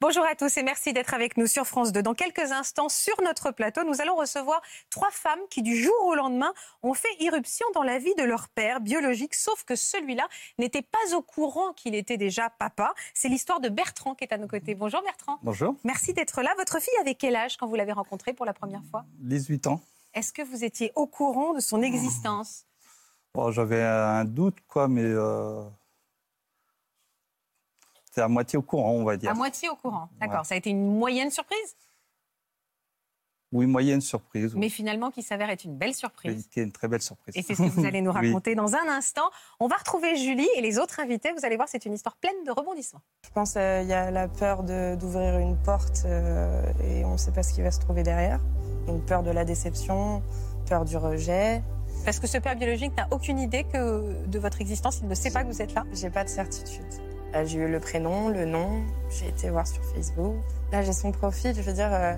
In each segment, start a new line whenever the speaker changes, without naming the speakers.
Bonjour à tous et merci d'être avec nous sur France 2. Dans quelques instants, sur notre plateau, nous allons recevoir trois femmes qui, du jour au lendemain, ont fait irruption dans la vie de leur père biologique, sauf que celui-là n'était pas au courant qu'il était déjà papa. C'est l'histoire de Bertrand qui est à nos côtés. Bonjour Bertrand.
Bonjour.
Merci d'être là. Votre fille avait quel âge quand vous l'avez rencontrée pour la première fois
18 ans.
Est-ce que vous étiez au courant de son
Mmh.
existence
Bon, Oh, j'avais un doute, quoi, mais euh, c'est à moitié au courant, on va dire.
À moitié au courant. D'accord.
Ouais.
Ça a été une moyenne surprise,
Oui, moyenne surprise. oui.
mais finalement qui s'avère être une belle surprise.
C'était une très belle surprise.
Et c'est ce que vous allez nous
Oui.
raconter dans un instant. On va retrouver Julie et les autres invités. Vous allez voir, c'est une histoire pleine de rebondissements.
Je pense qu'il y a la peur de- d'ouvrir une porte euh, et on ne sait pas ce qui va se trouver derrière. Donc peur de la déception, peur du rejet.
Parce que ce père biologique n'a aucune idée que de votre existence. Il ne sait pas que vous êtes là.
J'ai pas de certitude. Là, j'ai eu le prénom, le nom, j'ai été voir sur Facebook. Là, j'ai son profil. Je veux dire, euh,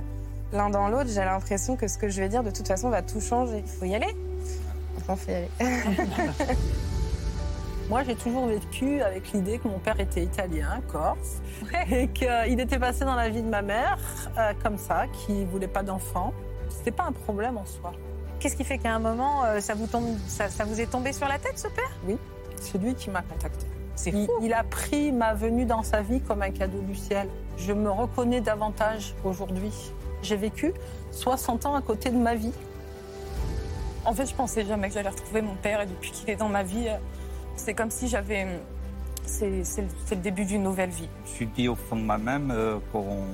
l'un dans l'autre, j'ai l'impression que ce que je vais dire, de toute façon, va tout changer.
Faut y aller.
Enfin, faut y aller.
Moi, j'ai toujours vécu avec l'idée que mon père était italien, corse, et qu'il était passé dans la vie de ma mère euh, comme ça, qui voulait pas d'enfant. C'était pas un problème en soi.
Qu'est-ce qui fait qu'à un moment, euh, ça vous tombe, ça, ça vous est tombé sur la tête, ce père
C'est lui qui m'a contactée.
C'est
Il, il a pris ma venue dans sa vie comme un cadeau du ciel. Je me reconnais davantage aujourd'hui. J'ai vécu 60 ans à côté de ma vie.
En fait, je pensais jamais que j'allais retrouver mon père et depuis qu'il est dans ma vie, euh, c'est comme si j'avais. C'est c'est le c'est le début d'une nouvelle vie.
Je me suis dit au fond de moi-même, euh, qu'on-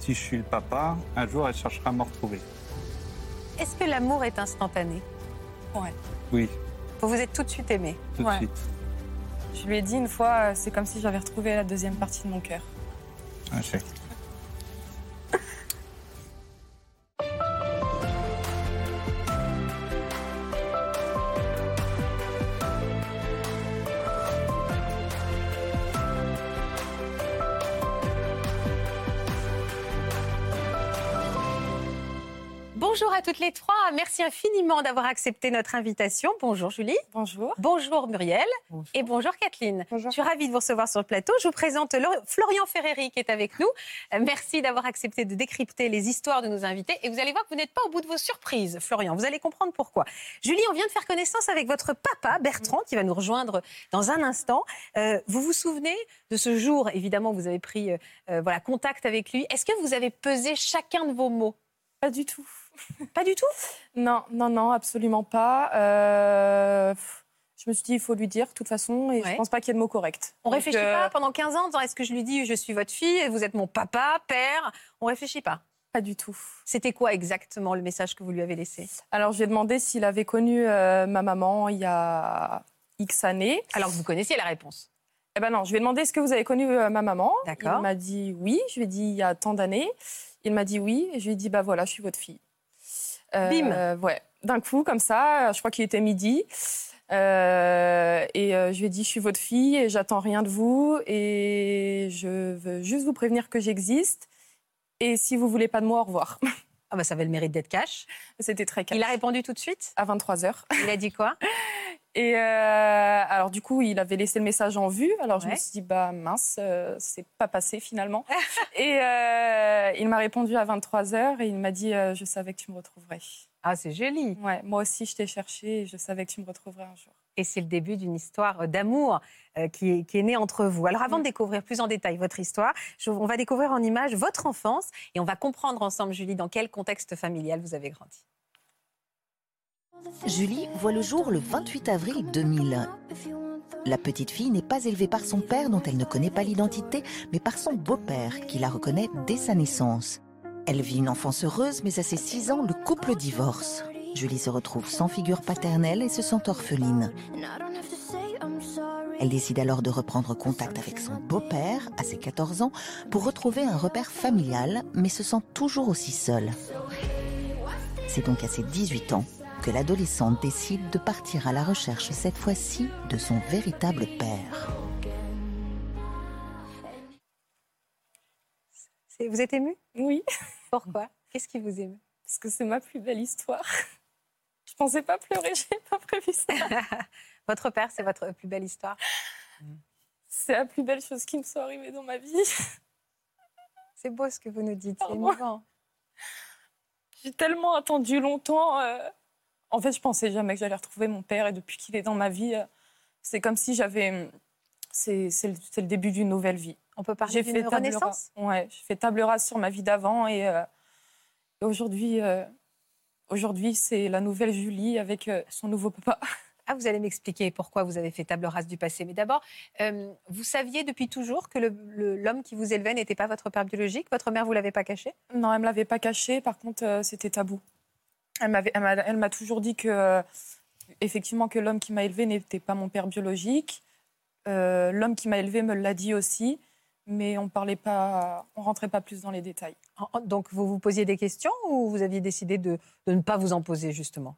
si je suis le papa, un jour elle cherchera à me retrouver.
Est-ce que l'amour est instantané
Oui,
Vous vous êtes tout de suite aimé.
tout de
Ouais.
suite.
Je lui ai dit une fois, euh, c'est comme si j'avais retrouvé la deuxième partie de mon cœur.
Un chèque.
Bonjour à toutes les trois. Merci infiniment d'avoir accepté notre invitation. Bonjour Julie.
Bonjour.
Bonjour Muriel. Et bonjour Kathleen.
Bonjour.
Je suis ravie de vous recevoir sur le plateau. Je vous présente Lo- Florian Ferreri qui est avec nous. Euh, Merci d'avoir accepté de décrypter les histoires de nos invités. Et vous allez voir que vous n'êtes pas au bout de vos surprises, Florian. Vous allez comprendre pourquoi. Julie, on vient de faire connaissance avec votre papa, Bertrand, qui va nous rejoindre dans un instant. Euh, vous vous souvenez de ce jour, évidemment, vous avez pris euh, euh, voilà, contact avec lui. Est-ce que vous avez pesé chacun de vos mots
Pas du tout.
Pas du tout.
Non, non, non, absolument pas. Euh, pff, Je me suis dit, il faut lui dire, de toute façon, et
Ouais.
je pense pas qu'il y ait de mots corrects.
On
Donc,
réfléchit
euh,
pas pendant 15 ans en disant, est-ce que je lui dis je suis votre fille, vous êtes mon papa, père On réfléchit pas.
Pas du tout.
C'était quoi exactement le message que vous lui avez laissé
Alors, je lui ai demandé s'il avait connu euh, ma maman il y a X années.
Alors que vous connaissiez la réponse.
Eh ben non, je lui ai demandé est-ce que vous avez connu euh, ma maman
D'accord.
Il m'a dit oui. Je lui ai dit il y a tant d'années. Il m'a dit oui. Et je lui ai dit bah voilà, je suis votre fille. Euh,
Bim.
euh, Ouais. D'un coup, comme ça, euh, je crois qu'il était midi. Euh, et euh, je lui ai dit je suis votre fille et j'attends rien de vous. Et je veux juste vous prévenir que j'existe. Et si vous voulez pas de moi, au revoir.
Ah bah ça avait le mérite d'être cash.
C'était très calme.
Il a répondu tout de suite.
À 23h.
Il a dit quoi
Et euh, alors du coup, il avait laissé le message en vue. Alors je
Ouais.
me suis dit bah mince, euh, c'est pas passé finalement. et euh, il m'a répondu à 23 h et il m'a dit euh, je savais que tu me retrouverais.
Ah c'est joli.
Ouais, moi aussi je t'ai cherché et je savais que tu me retrouverais un jour.
Et c'est le début d'une histoire d'amour euh, qui, est- qui est née entre vous. Alors avant de découvrir plus en détail votre histoire, je- on va découvrir en images votre enfance et on va comprendre ensemble, Julie, dans quel contexte familial vous avez grandi.
Julie voit le jour le 28 avril 2000. La petite fille n'est pas élevée par son père dont elle ne connaît pas l'identité, mais par son beau-père qui la reconnaît dès sa naissance. Elle vit une enfance heureuse, mais à ses 6 ans, le couple divorce. Julie se retrouve sans figure paternelle et se sent orpheline. Elle décide alors de reprendre contact avec son beau-père à ses 14 ans pour retrouver un repère familial, mais se sent toujours aussi seule. C'est donc à ses 18 ans que l'adolescente décide de partir à la recherche cette fois-ci de son véritable père.
C'est- Vous êtes ému
Oui.
Pourquoi Qu'est-ce qui vous émeut
parce que c'est ma plus belle histoire. Je pensais pas pleurer, j'ai pas prévu ça.
Votre père, c'est votre plus belle histoire.
C'est la plus belle chose qui me soit arrivée dans ma vie.
C'est beau ce que vous nous dites, c'est
Pardon.
émouvant.
J'ai tellement attendu longtemps. euh, En fait, je pensais jamais que j'allais retrouver mon père. Et depuis qu'il est dans ma vie, euh, c'est comme si j'avais. hum, C'est c'est le, c'est le début d'une nouvelle vie.
On peut parler d'une
table
renaissance
rase- Ouais, j'ai fait table rase sur ma vie d'avant. Et, euh, et aujourd'hui, euh, aujourd'hui, c'est la nouvelle Julie avec euh, son nouveau papa.
Ah, vous allez m'expliquer pourquoi vous avez fait table rase du passé. Mais d'abord, euh, vous saviez depuis toujours que le- le- l'homme qui vous élevait n'était pas votre père biologique Votre mère, vous l'avez pas caché
Non, elle me l'avait pas caché. Par contre, euh, c'était tabou. Elle m'avait- elle m'a elle m'a toujours dit que, euh, effectivement, que l'homme qui m'a élevée n'était pas mon père biologique. Euh, l'homme qui m'a élevée me l'a dit aussi, mais on parlait pas, on rentrait pas plus dans les détails.
En- en- Donc, vous vous posiez des questions ou vous aviez décidé de, de ne pas vous en poser, justement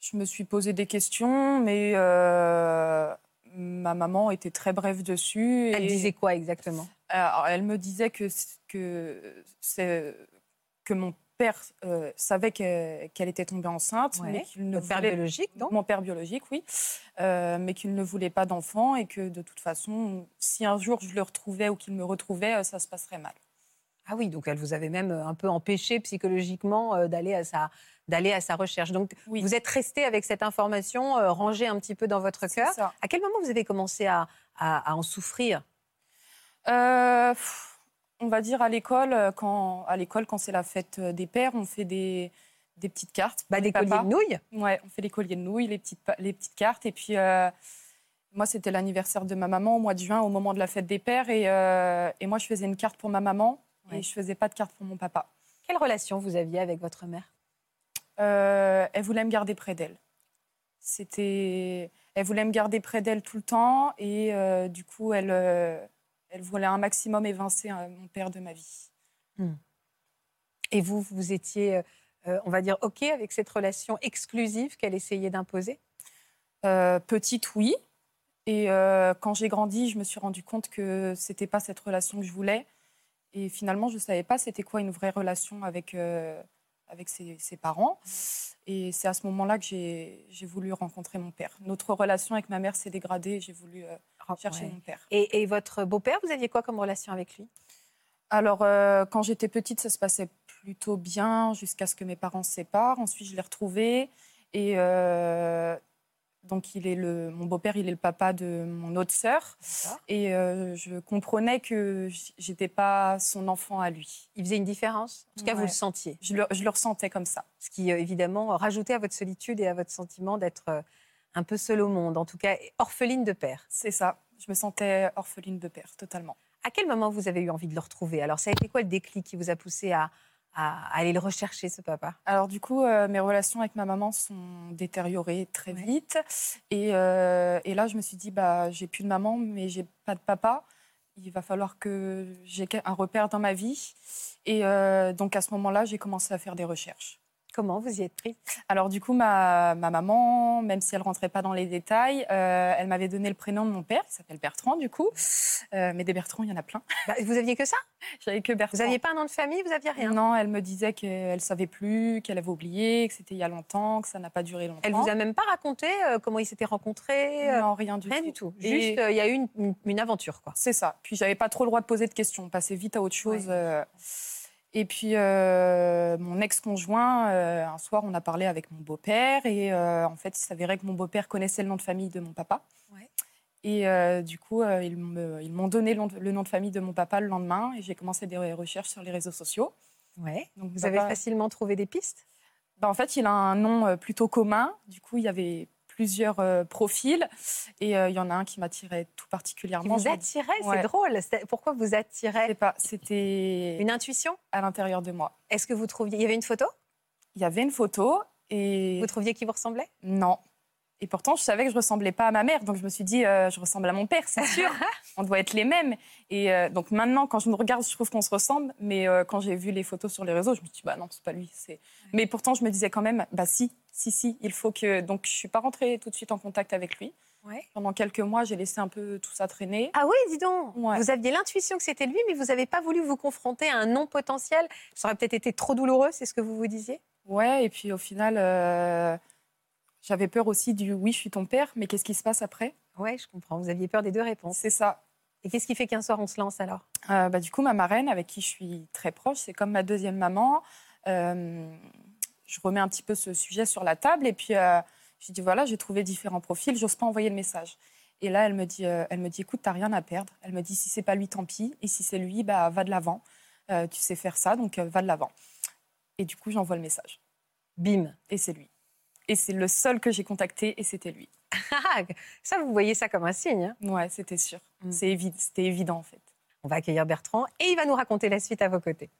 Je me suis posé des questions, mais euh, ma maman était très brève dessus.
Elle
et-
disait quoi exactement
Alors, elle me disait que, c- que, c'est- que mon père euh, savait que- qu'elle était tombée enceinte,
Ouais.
mais qu'il ne
Votre père
voulait-
biologique, donc
Mon père biologique, oui, Euh, mais qu'il ne voulait pas d'enfant et que de toute façon, si un jour je le retrouvais ou qu'il me retrouvait, euh, ça se passerait mal.
Ah oui, donc elle vous avait même euh, un peu empêché psychologiquement euh, d'aller à sa d'aller à sa recherche. Donc
Oui.
vous êtes resté avec cette information euh, rangée un petit peu dans votre cœur.
ça.
À quel moment vous avez commencé à, à- à en souffrir
Euh, pff, on va dire à l'école, euh, quand à l'école quand c'est la fête euh, des pères, on fait des, des petites cartes.
bah, Des
Papa.
colliers de nouilles
Ouais, on fait les colliers de nouilles, les petites, pa- les petites cartes. Et puis, euh, moi, c'était l'anniversaire de ma maman au mois de juin, au moment de la fête des pères. Et, euh, et moi, je faisais une carte pour ma maman
Ouais.
et je faisais pas de carte pour mon papa.
Quelle relation vous aviez avec votre mère
Euh, elle voulait me garder près d'elle. C'était, elle voulait me garder près d'elle tout le temps et euh, du coup, elle, euh, elle voulait un maximum évincer euh, mon père de ma vie.
Et vous, vous étiez, euh, euh, on va dire, OK avec cette relation exclusive qu'elle essayait d'imposer
Euh, petite, oui. Et euh, quand j'ai grandi, je me suis rendu compte que c'était pas cette relation que je voulais. Et finalement, je savais pas c'était quoi une vraie relation avec, euh, avec ses, ses parents. Et c'est à ce moment-là que j'ai j'ai voulu rencontrer mon père. Notre relation avec ma mère s'est dégradée et j'ai voulu euh, chercher
Ouais.
mon père.
Et, et votre beau-père, vous aviez quoi comme relation avec lui
Alors, euh, quand j'étais petite, ça se passait plutôt bien jusqu'à ce que mes parents se séparent. Ensuite, je l'ai retrouvé. Et euh, donc, il est le, mon beau-père, il est le papa de mon autre sœur.
D'accord.
Et euh, je comprenais que j- j'étais pas son enfant à lui.
Il faisait une différence En tout cas, vous
Ouais.
le sentiez
Je le, je le ressentais comme ça.
ce qui euh, évidemment rajoutait à votre solitude et à votre sentiment d'être euh, un peu seul au monde, en tout cas orpheline de père.
C'est ça. Je me sentais orpheline de père, totalement.
À quel moment vous avez eu envie de le retrouver Alors, ça a été quoi le déclic qui vous a poussé à, à aller le rechercher, ce papa
Alors du coup, euh, mes relations avec ma maman sont détériorées très
Ouais.
vite. Et, euh, et là, je me suis dit, bah, j'ai plus de maman, mais j'ai pas de papa. Il va falloir que j'ai quel- un repère dans ma vie. Et euh, donc à ce moment-là, j'ai commencé à faire des recherches.
Comment vous y êtes pris
Alors du coup, ma, ma maman, même si elle rentrait pas dans les détails, euh, elle m'avait donné le prénom de mon père, qui s'appelle Bertrand du coup. Euh, mais des Bertrands, il y en a plein.
Bah, Vous aviez que ça
J'avais que Bertrand.
Vous n'aviez pas un nom de famille Vous aviez rien
Non, elle me disait qu'elle savait plus, qu'elle avait oublié, que c'était il y a longtemps, que ça n'a pas duré longtemps.
Elle vous a même pas raconté euh, comment ils s'étaient rencontrés euh,
Non, rien du
Rien
tout.
du tout.
Et-
Juste, euh, il y a eu une, une- une aventure, quoi.
C'est ça. Puis j'avais pas trop le droit de poser de questions. On passait vite à autre chose. euh. Et puis euh, mon ex-conjoint, euh, un soir, on a parlé avec mon beau-père et euh, en fait, il s'avérait que mon beau-père connaissait le nom de famille de mon papa.
Ouais.
Et euh, du coup, euh, ils me- ils m'ont donné le nom, de, le nom de famille de mon papa le lendemain et j'ai commencé des re- recherches sur les réseaux sociaux.
Ouais.
Donc,
Vous
papa-
avez facilement trouvé des pistes
bah, en fait, il a un nom euh, plutôt commun. Du coup, il y avait plusieurs euh, profils et euh, il y en a un qui m'attirait tout
qui
particulièrement.
vous
Je me
attiraient. C'est
Ouais.
drôle. C'est- Pourquoi vous
sais
attirait
pas, c'était
Une intuition
à l'intérieur de moi.
Est-ce que vous trouviez Il y avait une photo
Il y avait une photo et
Vous trouviez qui vous ressemblait
non. Et pourtant, je savais que je ressemblais pas à ma mère, donc je me suis dit, euh, je ressemble à mon père, c'est sûr. On doit être les mêmes. Et euh, donc maintenant, quand je me regarde, je trouve qu'on se ressemble, mais euh, quand j'ai vu les photos sur les réseaux, je me suis dit, bah non, c'est pas lui. C'est. Mais pourtant, je me disais quand même, bah si, si, si, il faut que. Donc je suis pas rentrée tout de suite en contact avec lui.
Ouais.
Pendant quelques mois, j'ai laissé un peu tout ça traîner.
Ah oui, dis donc
Ouais.
Vous aviez l'intuition que c'était lui, mais vous n'avez pas voulu vous confronter à un non potentiel. Ça aurait peut-être été trop douloureux, c'est ce que vous vous disiez
Ouais, et puis au final, euh, j'avais peur aussi du oui, je suis ton père, mais qu'est-ce qui se passe après
Oui, je comprends. Vous aviez peur des deux réponses.
C'est ça.
Et qu'est-ce qui fait qu'un soir on se lance alors
Euh, bah, du coup, ma marraine, avec qui je suis très proche, c'est comme ma deuxième maman. Euh, je remets un petit peu ce sujet sur la table et puis euh, je dis voilà, j'ai trouvé différents profils, j'ose pas envoyer le message. Et là, elle me dit, euh, elle me dit écoute, t'as rien à perdre. Elle me dit si c'est pas lui, tant pis. Et si c'est lui, bah va de l'avant. Euh, tu sais faire ça, donc euh, va de l'avant. Et du coup, j'envoie le message.
Bim
Et c'est lui. Et c'est le seul que j'ai contacté et c'était lui.
Ah, Ça, vous voyez ça comme un signe. hein.
Ouais, c'était sûr.
Mm.
C'est évi- C'était évident en fait.
On va accueillir Bertrand et il va nous raconter la suite à vos côtés.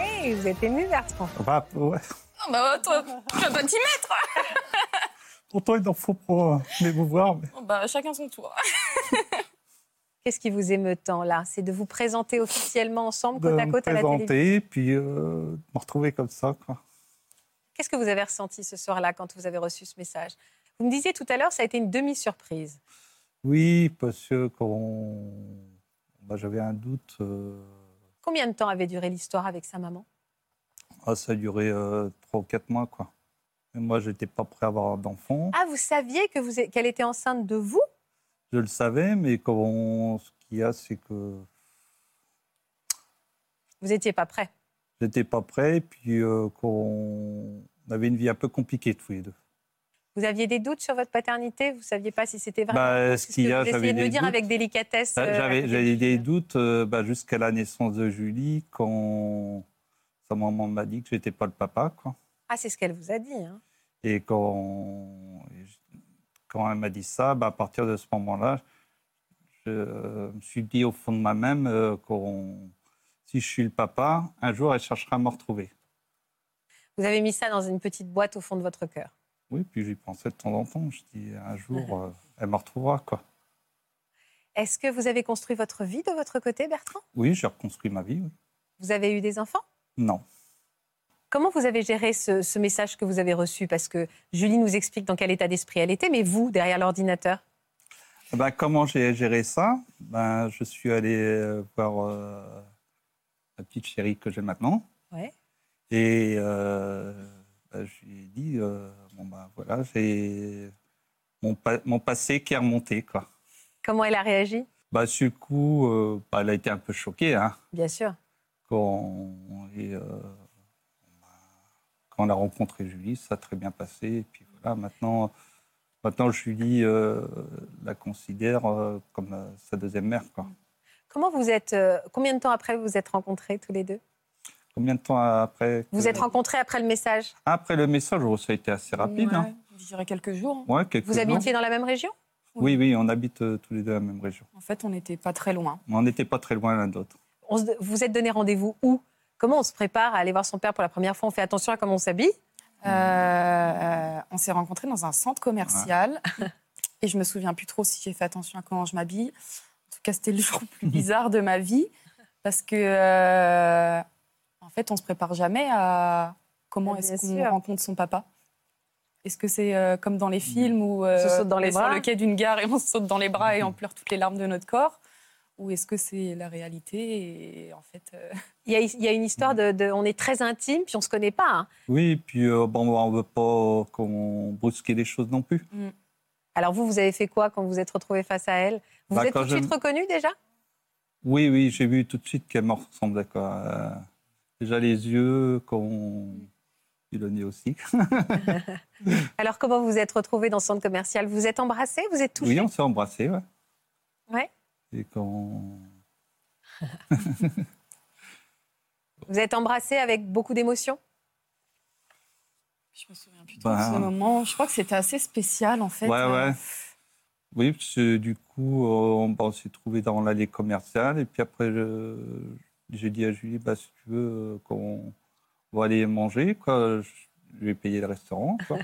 Hey, vous êtes ému, Bertrand.
Bah, ouais.
Non, bah, toi, tu vas pas t'y mettre.
Pourtant, il en faut pour euh, m'émouvoir. mais-
Bon, Bah, chacun son tour.
Qu'est-ce qui vous émeut tant là C'est de vous présenter officiellement ensemble,
de
côte à
me
côte à la télévision.
présenter, puis euh, de me retrouver comme ça. Quoi.
Qu'est-ce que vous avez ressenti ce soir-là quand vous avez reçu ce message Vous me disiez tout à l'heure, ça a été une demi-surprise.
Oui, parce que quand on- bah, j'avais un doute, euh,
Combien de temps avait duré l'histoire avec sa maman
ah, ça a duré euh, trois ou quatre mois. Quoi. Et moi, je n'étais pas prêt à avoir d'enfant.
Ah, vous saviez que vous- qu'elle était enceinte de vous
Je le savais, mais quand on- ce qu'il y a, c'est que
Vous n'étiez pas prêt.
j'étais pas prêt, puis euh, quand on... on avait une vie un peu compliquée tous les deux.
Vous aviez des doutes sur votre paternité Vous ne saviez pas si c'était vrai
Bah, ce
C'est
qu'il y
que
a,
vous essayez
j'avais
de
des
me dire
doutes.
avec délicatesse.
Bah,
euh, à
J'avais
côté
j'avais
du
des
film.
doutes euh, bah, jusqu'à la naissance de Julie, quand sa maman m'a dit que j'étais pas le papa. Quoi.
Ah, c'est ce qu'elle vous a dit. hein.
Et quand, quand elle m'a dit ça, bah, à partir de ce moment-là, je euh, me suis dit au fond de moi-même euh, qu'on- si je suis le papa, un jour elle cherchera à me retrouver.
Vous avez mis ça dans une petite boîte au fond de votre cœur.
Oui, puis j'y pensais de temps en temps. Je dis un jour, euh, elle me retrouvera. Quoi.
Est-ce que vous avez construit votre vie de votre côté, Bertrand
Oui, j'ai reconstruit ma vie. oui.
Vous avez eu des enfants
Non.
Comment vous avez géré ce, ce message que vous avez reçu Parce que Julie nous explique dans quel état d'esprit elle était, mais vous, derrière l'ordinateur
Eh ben, comment j'ai géré ça ben, Je suis allé euh, voir euh, la petite chérie que j'ai maintenant.
Ouais.
Et euh, ben, je lui ai dit, euh, bon ben voilà, j'ai mon, pa- mon passé qui est remonté. Quoi.
Comment elle a réagi
Ben, sur le coup, euh, ben, elle a été un peu choquée. Hein,
Bien sûr.
quand, et, euh, ben, quand on a rencontré Julie, ça a très bien passé. Et puis voilà, maintenant, maintenant Julie euh, la considère euh, comme euh, sa deuxième mère. Quoi.
Comment vous êtes euh, Combien de temps après vous vous êtes rencontrés tous les deux
Combien de temps après que-
Vous êtes rencontrés après le message
Après le message, ça a été assez rapide.
Ouais,
hein.
Je dirais quelques jours. hein.
Ouais, quelques
Vous
jours.
habitiez dans la même région
Oui, oui, on habite euh, tous les deux la même région.
En fait, on n'était pas très loin.
Mais On n'était pas très loin l'un de l'autre.
on se- Vous vous êtes donné rendez-vous où Comment on se prépare à aller voir son père pour la première fois On fait attention à comment on s'habille
Mmh. Euh, on s'est rencontrés dans un centre commercial. Et je me souviens plus trop si j'ai fait attention à comment je m'habille. En tout cas, c'était le jour le plus bizarre de ma vie. Parce que, euh, en fait, on se prépare jamais à comment
Ah,
est-ce
bien
qu'on
sûr.
rencontre son papa. Est-ce que c'est euh, comme dans les films où euh,
se saute dans
on
les
est
bras.
sur le quai d'une gare et on se saute dans les bras et on
Mhm.
pleure toutes les larmes de notre corps Ou est-ce que c'est la réalité et en fait, euh,
il y, a, il y a une histoire de, de- On est très intime, puis on ne se connaît pas. hein.
Oui, puis euh, bon, on ne veut pas qu'on brusque les choses non plus.
Alors vous, vous avez fait quoi quand vous vous êtes retrouvés face à elle Vous
Bah,
vous êtes
quand
tout de suite
je-
reconnus déjà
Oui, oui, j'ai vu tout de suite qu'elle me ressemblait. Quoi. Euh, déjà les yeux, quand puis le nez aussi.
Alors comment vous vous êtes retrouvés dans ce centre commercial Vous vous êtes embrassés Vous êtes touchés
Oui, on s'est embrassés, ouais.
Ouais.
Et quand...
Vous êtes embrassés avec beaucoup d'émotion
je me souviens plus trop
Bah.
de ce moment. Je crois que c'était assez spécial en fait.
Ouais,
Euh,
ouais. Oui, parce que du coup, euh, on, bah, on s'est trouvé dans l'allée commerciale. Et puis après, je- j'ai dit à Julie, bah, si tu veux, euh, qu'on on va aller manger, quoi. Je je vais payer le restaurant, quoi.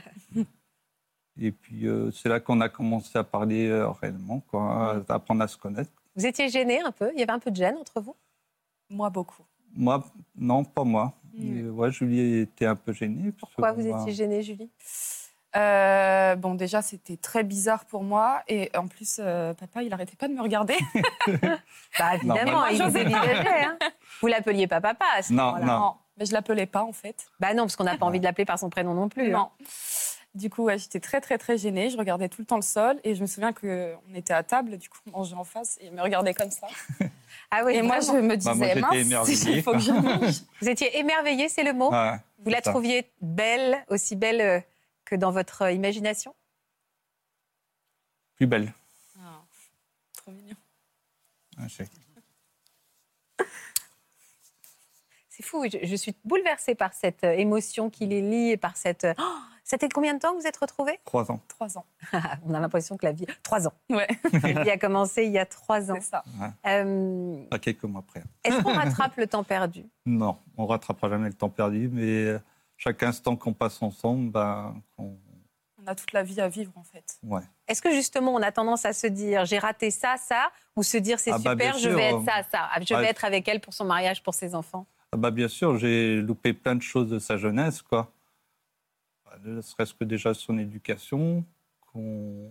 Et puis, euh, c'est là qu'on a commencé à parler euh, réellement, quoi, à apprendre à se connaître.
Vous étiez gêné un peu Il y avait un peu de gêne entre vous
Moi, beaucoup.
Moi, non, pas moi.
Mm.
Mais, ouais, Julie était un peu gênée. parce
Pourquoi
que,
vous
bah,
étiez gênée, Julie
Euh, bon, déjà, c'était très bizarre pour moi. Et en plus, euh, papa, il arrêtait pas de me regarder.
Bah, évidemment,
Normal.
il vous dévisageait. hein. Vous l'appeliez pas papa à ce
Non,
moment-là.
non.
Mais je l'appelais pas, en fait.
Bah non, parce qu'on n'a pas envie de l'appeler par son prénom non plus. hein.
Non. Du coup, ouais, j'étais très, très, très gênée. Je regardais tout le temps le sol. Et je me souviens qu'on était à table. Du coup, on mangeait en face. Et il me regardait comme ça.
Ah oui,
Et moi, je
vraiment.
me
Bah, moi,
disais,
j'étais
mince,
émerveillée.
il faut que je mange.
vous étiez émerveillée, c'est le mot.
ouais,
vous la
Ah, c'est ça.
trouviez belle, aussi belle euh, que dans votre euh, imagination
Plus belle. Ah,
Ah, trop mignon.
Ouais, c'est-
C'est fou, je, je suis bouleversée par cette euh, émotion qui les lie et par cette... euh, Oh, ça fait combien de temps que vous êtes retrouvés
Trois ans.
Trois ans.
Ah, On a l'impression que la vie... Trois ans.
Ouais,
La vie a commencé il y a trois ans.
c'est ça.
Euh,
Pas quelques mois après.
Est-ce qu'on rattrape le temps perdu
Non, on rattrapera jamais le temps perdu, mais euh, chaque instant qu'on passe ensemble, ben, qu'on-
On a toute la vie à vivre, en fait.
ouais.
Est-ce que justement on a tendance à se dire j'ai raté ça, ça, ou se dire c'est
Ah bah,
super,
bien
je
sûr.
vais être ça, ça, Ah, je
Ouais.
vais être avec elle pour son mariage, pour ses enfants
Ah bah, bien sûr, j'ai loupé plein de choses de sa jeunesse, quoi. Bah, ne serait-ce que déjà son éducation, qu'on...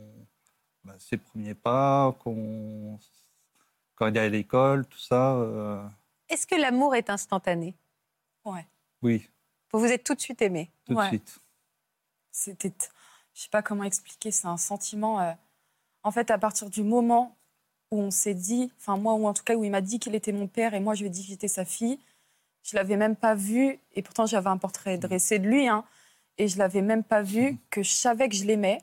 bah, ses premiers pas, qu'on... quand il est à l'école, tout ça. euh,
Est-ce que l'amour est instantané
Oui,
Vous vous êtes tout de suite aimé.
tout de
Ouais.
suite.
C'était, je sais pas comment expliquer, c'est un sentiment. euh, En fait, à partir du moment où on s'est dit, enfin moi ou en tout cas où il m'a dit qu'il était mon père et moi je lui ai dit que j'étais sa fille, je l'avais même pas vu et pourtant j'avais un portrait dressé de lui hein, et je l'avais même pas vu que je savais que je l'aimais.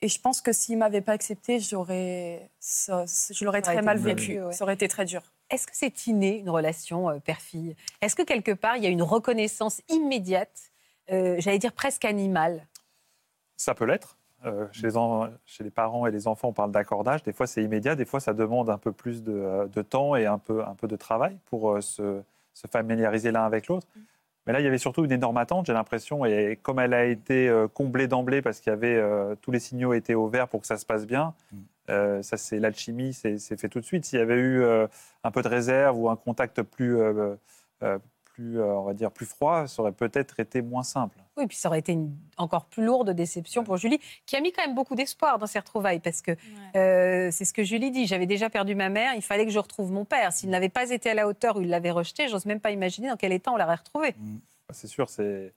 Et je pense que s'il m'avait pas accepté, j'aurais, ça- je l'aurais
Ça aurait
très
été
mal
mal
vécu.
vécu, ouais.
Ça aurait été très dur.
Est-ce que c'est inné une relation euh, père-fille Est-ce que quelque part il y a une reconnaissance immédiate, euh, j'allais dire presque animale
Ça peut l'être. Euh, chez, les en- chez les parents et les enfants, on parle d'accordage. Des fois, c'est immédiat. Des fois, ça demande un peu plus de, euh, de temps et un peu, un peu de travail pour euh, se, se familiariser l'un avec l'autre. Mais là, il y avait surtout une énorme attente, j'ai l'impression. Et comme elle a été euh, comblée d'emblée parce qu'il y avait euh, tous les signaux étaient au vert pour que ça se passe bien,
Mm.
euh, ça, c'est l'alchimie, c'est c'est fait tout de suite. S'il y avait eu euh, un peu de réserve ou un contact plus, euh, euh, plus, euh, on va dire, plus froid, ça aurait peut-être été moins simple.
Oui, puis ça aurait été une encore plus lourde déception pour Julie, qui a mis quand même beaucoup d'espoir dans ses retrouvailles, parce que euh, c'est ce que Julie dit, j'avais déjà perdu ma mère, il fallait que je retrouve mon père. S'il n'avait pas été à la hauteur ou il l'avait rejeté, j'ose même pas imaginer dans quel état on l'aurait retrouvé.
Bah, C'est sûr, c'est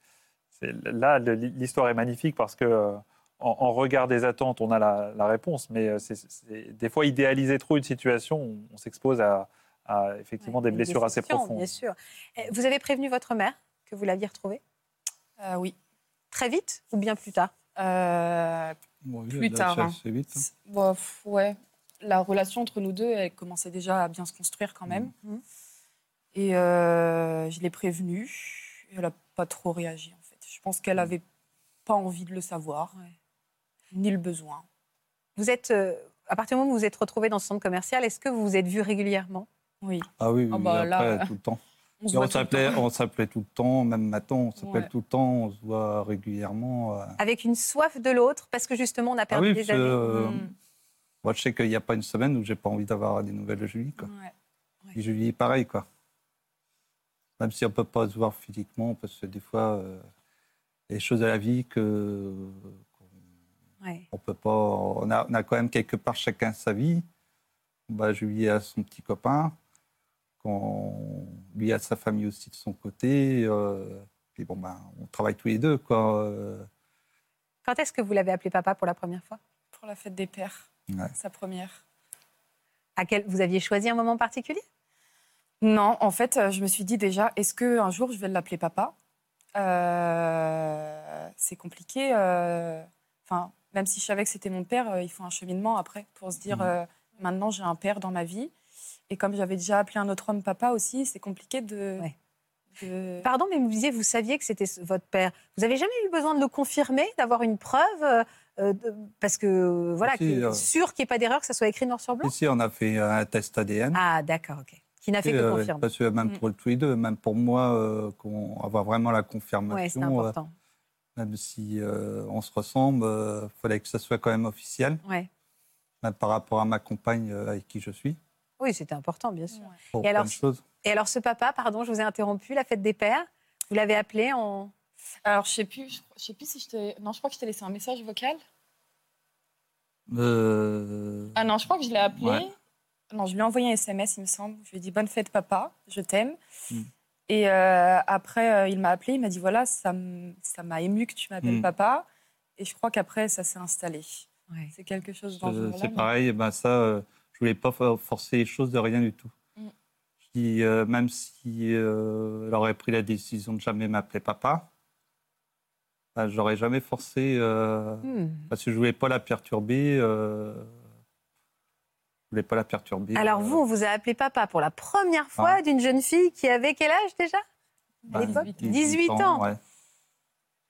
c'est- là le- l'histoire est magnifique parce que euh, en, en regard des attentes, on a la, la réponse, mais euh, c'est- c'est- des fois idéaliser trop une situation, on, on s'expose à, à, effectivement des
Une
blessures assez
déception,
profondes.
Bien sûr. Eh, Vous avez prévenu votre mère que vous l'aviez retrouvée
Euh, oui.
Très vite ou bien plus tard
Euh,
Ouais,
Plus
là,
tard,
ça,
hein.
c'est vite, hein.
C'est- bah, pff, ouais. La relation entre nous deux, elle commençait déjà à bien se construire quand même.
Mhm.
Et euh, je l'ai prévenue. Et elle n'a pas trop réagi, en fait. Je pense qu'elle n'avait pas envie de le savoir, ni le besoin.
Vous êtes, euh, à partir du moment où vous vous êtes retrouvée dans ce centre commercial, est-ce que vous vous êtes vus régulièrement
Oui.
Ah oui,
Ah
oui,
bah,
après,
là,
tout le temps.
On se
Et On
voit tout le
s'appelait,
temps.
on s'appelait tout le temps, même maintenant, on s'appelle
Ouais.
tout le temps, on se voit régulièrement. euh.
Avec une soif de l'autre, parce que justement on a
Ah
perdu
oui, parce
des
que,
années
euh,
Mm.
moi, je sais qu'il n'y a pas une semaine où j'ai pas envie d'avoir des nouvelles de Julie, quoi.
Ouais.
Et je lui dis pareil, quoi. Même si on peut pas se voir physiquement, parce que des fois, euh, il y a des choses à la vie que
Ouais.
on peut pas. On a, on a quand même quelque part chacun sa vie. Bah, Julie a son petit copain, qu'on- lui a sa famille aussi de son côté. euh, puis bon, ben, on travaille tous les deux, quoi. euh.
Quand est-ce que vous l'avez appelé papa pour la première fois
Pour la fête des pères,
Ouais.
sa première.
à quel... Vous aviez choisi un moment particulier
Non, en fait, euh, je me suis dit déjà, est-ce que un jour je vais l'appeler papa Euh, C'est compliqué. euh, Enfin, même si je savais que c'était mon père, euh, il faut un cheminement après pour se dire,
Mhm.
euh, maintenant j'ai un père dans ma vie. Et comme j'avais déjà appelé un autre homme papa aussi, c'est compliqué de.
Ouais.
de-
Pardon, mais vous disiez, vous saviez que c'était votre père. Vous avez jamais eu besoin de le confirmer, d'avoir une preuve euh, euh, de- Parce que, euh, voilà,
Si,
qu'il-
euh.
sûr qu'il n'y ait pas d'erreur, que ça soit écrit noir sur blanc
Ici, on a fait un test ADN.
Ah, d'accord, ok. Qui n'a fait que
Euh,
confirmer.
parce que même
Mm.
pour tous les deux, même pour moi, euh, qu'on avoir vraiment la
Oui, c'est
confirmation. euh,
important.
Même si euh, on se ressemble, il fallait que ça soit quand même officiel.
Ouais.
Même par rapport à ma compagne euh, avec qui je suis.
Oui, c'était important, bien sûr.
Pour
Et alors,
plein de choses.
Et alors, ce papa, pardon, je vous ai interrompu, la fête des pères, vous l'avez appelé en.
Alors, je sais plus, je, je sais plus si je t'ai. Non, je crois que je t'ai laissé un message vocal.
Euh,
Ah non, je crois que je l'ai appelé.
Ouais.
Non, je lui ai envoyé un SMS, il me semble. Je lui ai dit bonne fête, papa, je t'aime.
Mm.
Et euh, après, euh, il m'a appelé, il m'a dit voilà, ça m- ça m'a ému que tu m'appelles
Mm.
papa. Et je crois qu'après, ça s'est installé.
Ouais.
C'est quelque chose dans
Euh,
ce
C'est
là
pareil, ben ça, euh, je voulais pas for- forcer les choses de rien du tout.
Mm.
Je dis, euh, même si euh, elle aurait pris la décision de jamais m'appeler papa, ben, j'aurais jamais forcé, euh,
Hmm.
parce que je voulais pas la perturber. euh, je voulais pas la perturber.
Alors,
euh, Ah.
vous, on vous a appelé papa pour la première fois d'une jeune fille qui avait quel âge déjà
ben,
à l'époque 18 ans.
ouais.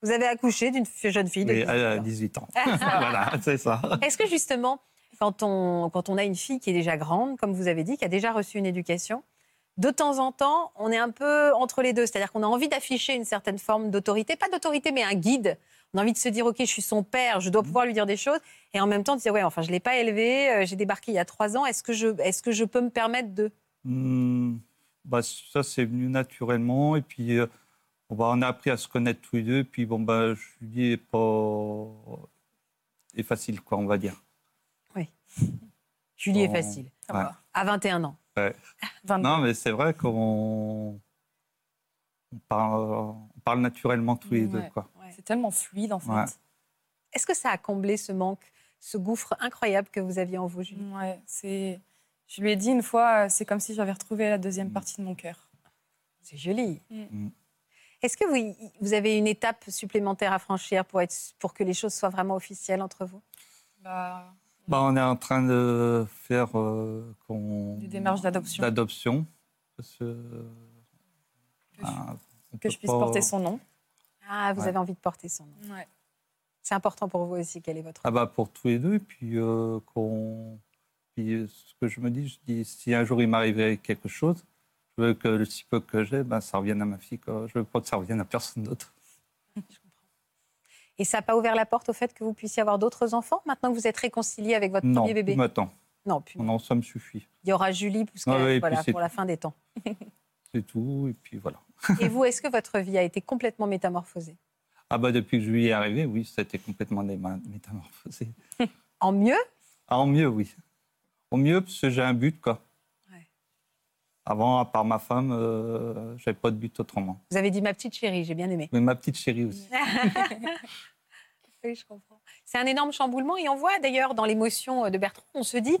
Vous avez accouché d'une f- jeune fille de
Mais
18
elle a
ans.
18 euh, ans. voilà, c'est ça.
Est-ce que justement, quand on, quand on a une fille qui est déjà grande, comme vous avez dit, qui a déjà reçu une éducation, de temps en temps, on est un peu entre les deux. C'est-à-dire qu'on a envie d'afficher une certaine forme d'autorité, pas d'autorité, mais un guide. On a envie de se dire, OK, je suis son père, je dois pouvoir lui dire des choses. Et en même temps, de dire, ouais, enfin, je ne l'ai pas élevé, euh, j'ai débarqué il y a trois ans, est-ce que, est que je peux me permettre de.
Hmm, bah, ça, c'est venu naturellement. Et puis, euh, bon, bah, on a appris à se connaître tous les deux. Puis, bon, bah, je lui dis, est pas... est facile, quoi, on va dire.
Julie
Bon,
est facile.
ouais.
À 21 ans.
Non, mais c'est vrai qu'on on parle, on parle naturellement tous les deux,
Mm, Ouais.
quoi.
C'est tellement fluide, en fait.
Ouais.
Est-ce que ça a comblé ce manque, ce gouffre incroyable que vous aviez en vous, Julie
Ouais, c'est. Je lui ai dit une fois, euh, c'est comme si j'avais retrouvé la deuxième
Mm.
partie de mon cœur.
C'est joli.
Mm.
Est-ce que vous, vous avez une étape supplémentaire à franchir pour, être, pour que les choses soient vraiment officielles entre vous
Bah,
Bah, on est en train de faire euh, qu'on-
Des démarches d'adoption.
D'adoption. Parce que, euh,
Que je-
bah, on
que
peut
je puisse
pas-
porter son nom.
Ah, vous
Ouais.
avez envie de porter son nom.
Ouais.
C'est important pour vous aussi, quel est votre...
Ah bah pour tous les deux, et puis, euh, qu'on- puis, euh, ce que je me dis, je dis, si un jour il m'arrivait quelque chose, je veux que le petit peu que j'ai, ben, ça revienne à ma fille. Quoi. Je veux pas que ça revienne à personne d'autre.
Et ça n'a pas ouvert la porte au fait que vous puissiez avoir d'autres enfants, maintenant que vous êtes réconcilié avec votre
Non,
premier bébé
maintenant,
Non, puis
on en somme suffit.
il y aura Julie jusqu'à-
Ah oui, et puis
voilà,
c'est
pour la fin des temps.
C'est tout, et puis voilà.
Et vous, est-ce que votre vie a été complètement métamorphosée
Ah bah depuis que je lui est arrivé, oui, ça a été complètement déma- métamorphosé.
En mieux
Ah, en mieux, oui. En mieux, parce que j'ai un but, quoi.
Ouais.
Avant, à part ma femme, euh, j'avais pas de but autrement.
Vous avez dit ma petite chérie, j'ai bien aimé.
Mais ma petite chérie aussi.
Oui, je comprends.
Ah
C'est un énorme chamboulement et on voit d'ailleurs dans l'émotion euh, de Bertrand, on se dit,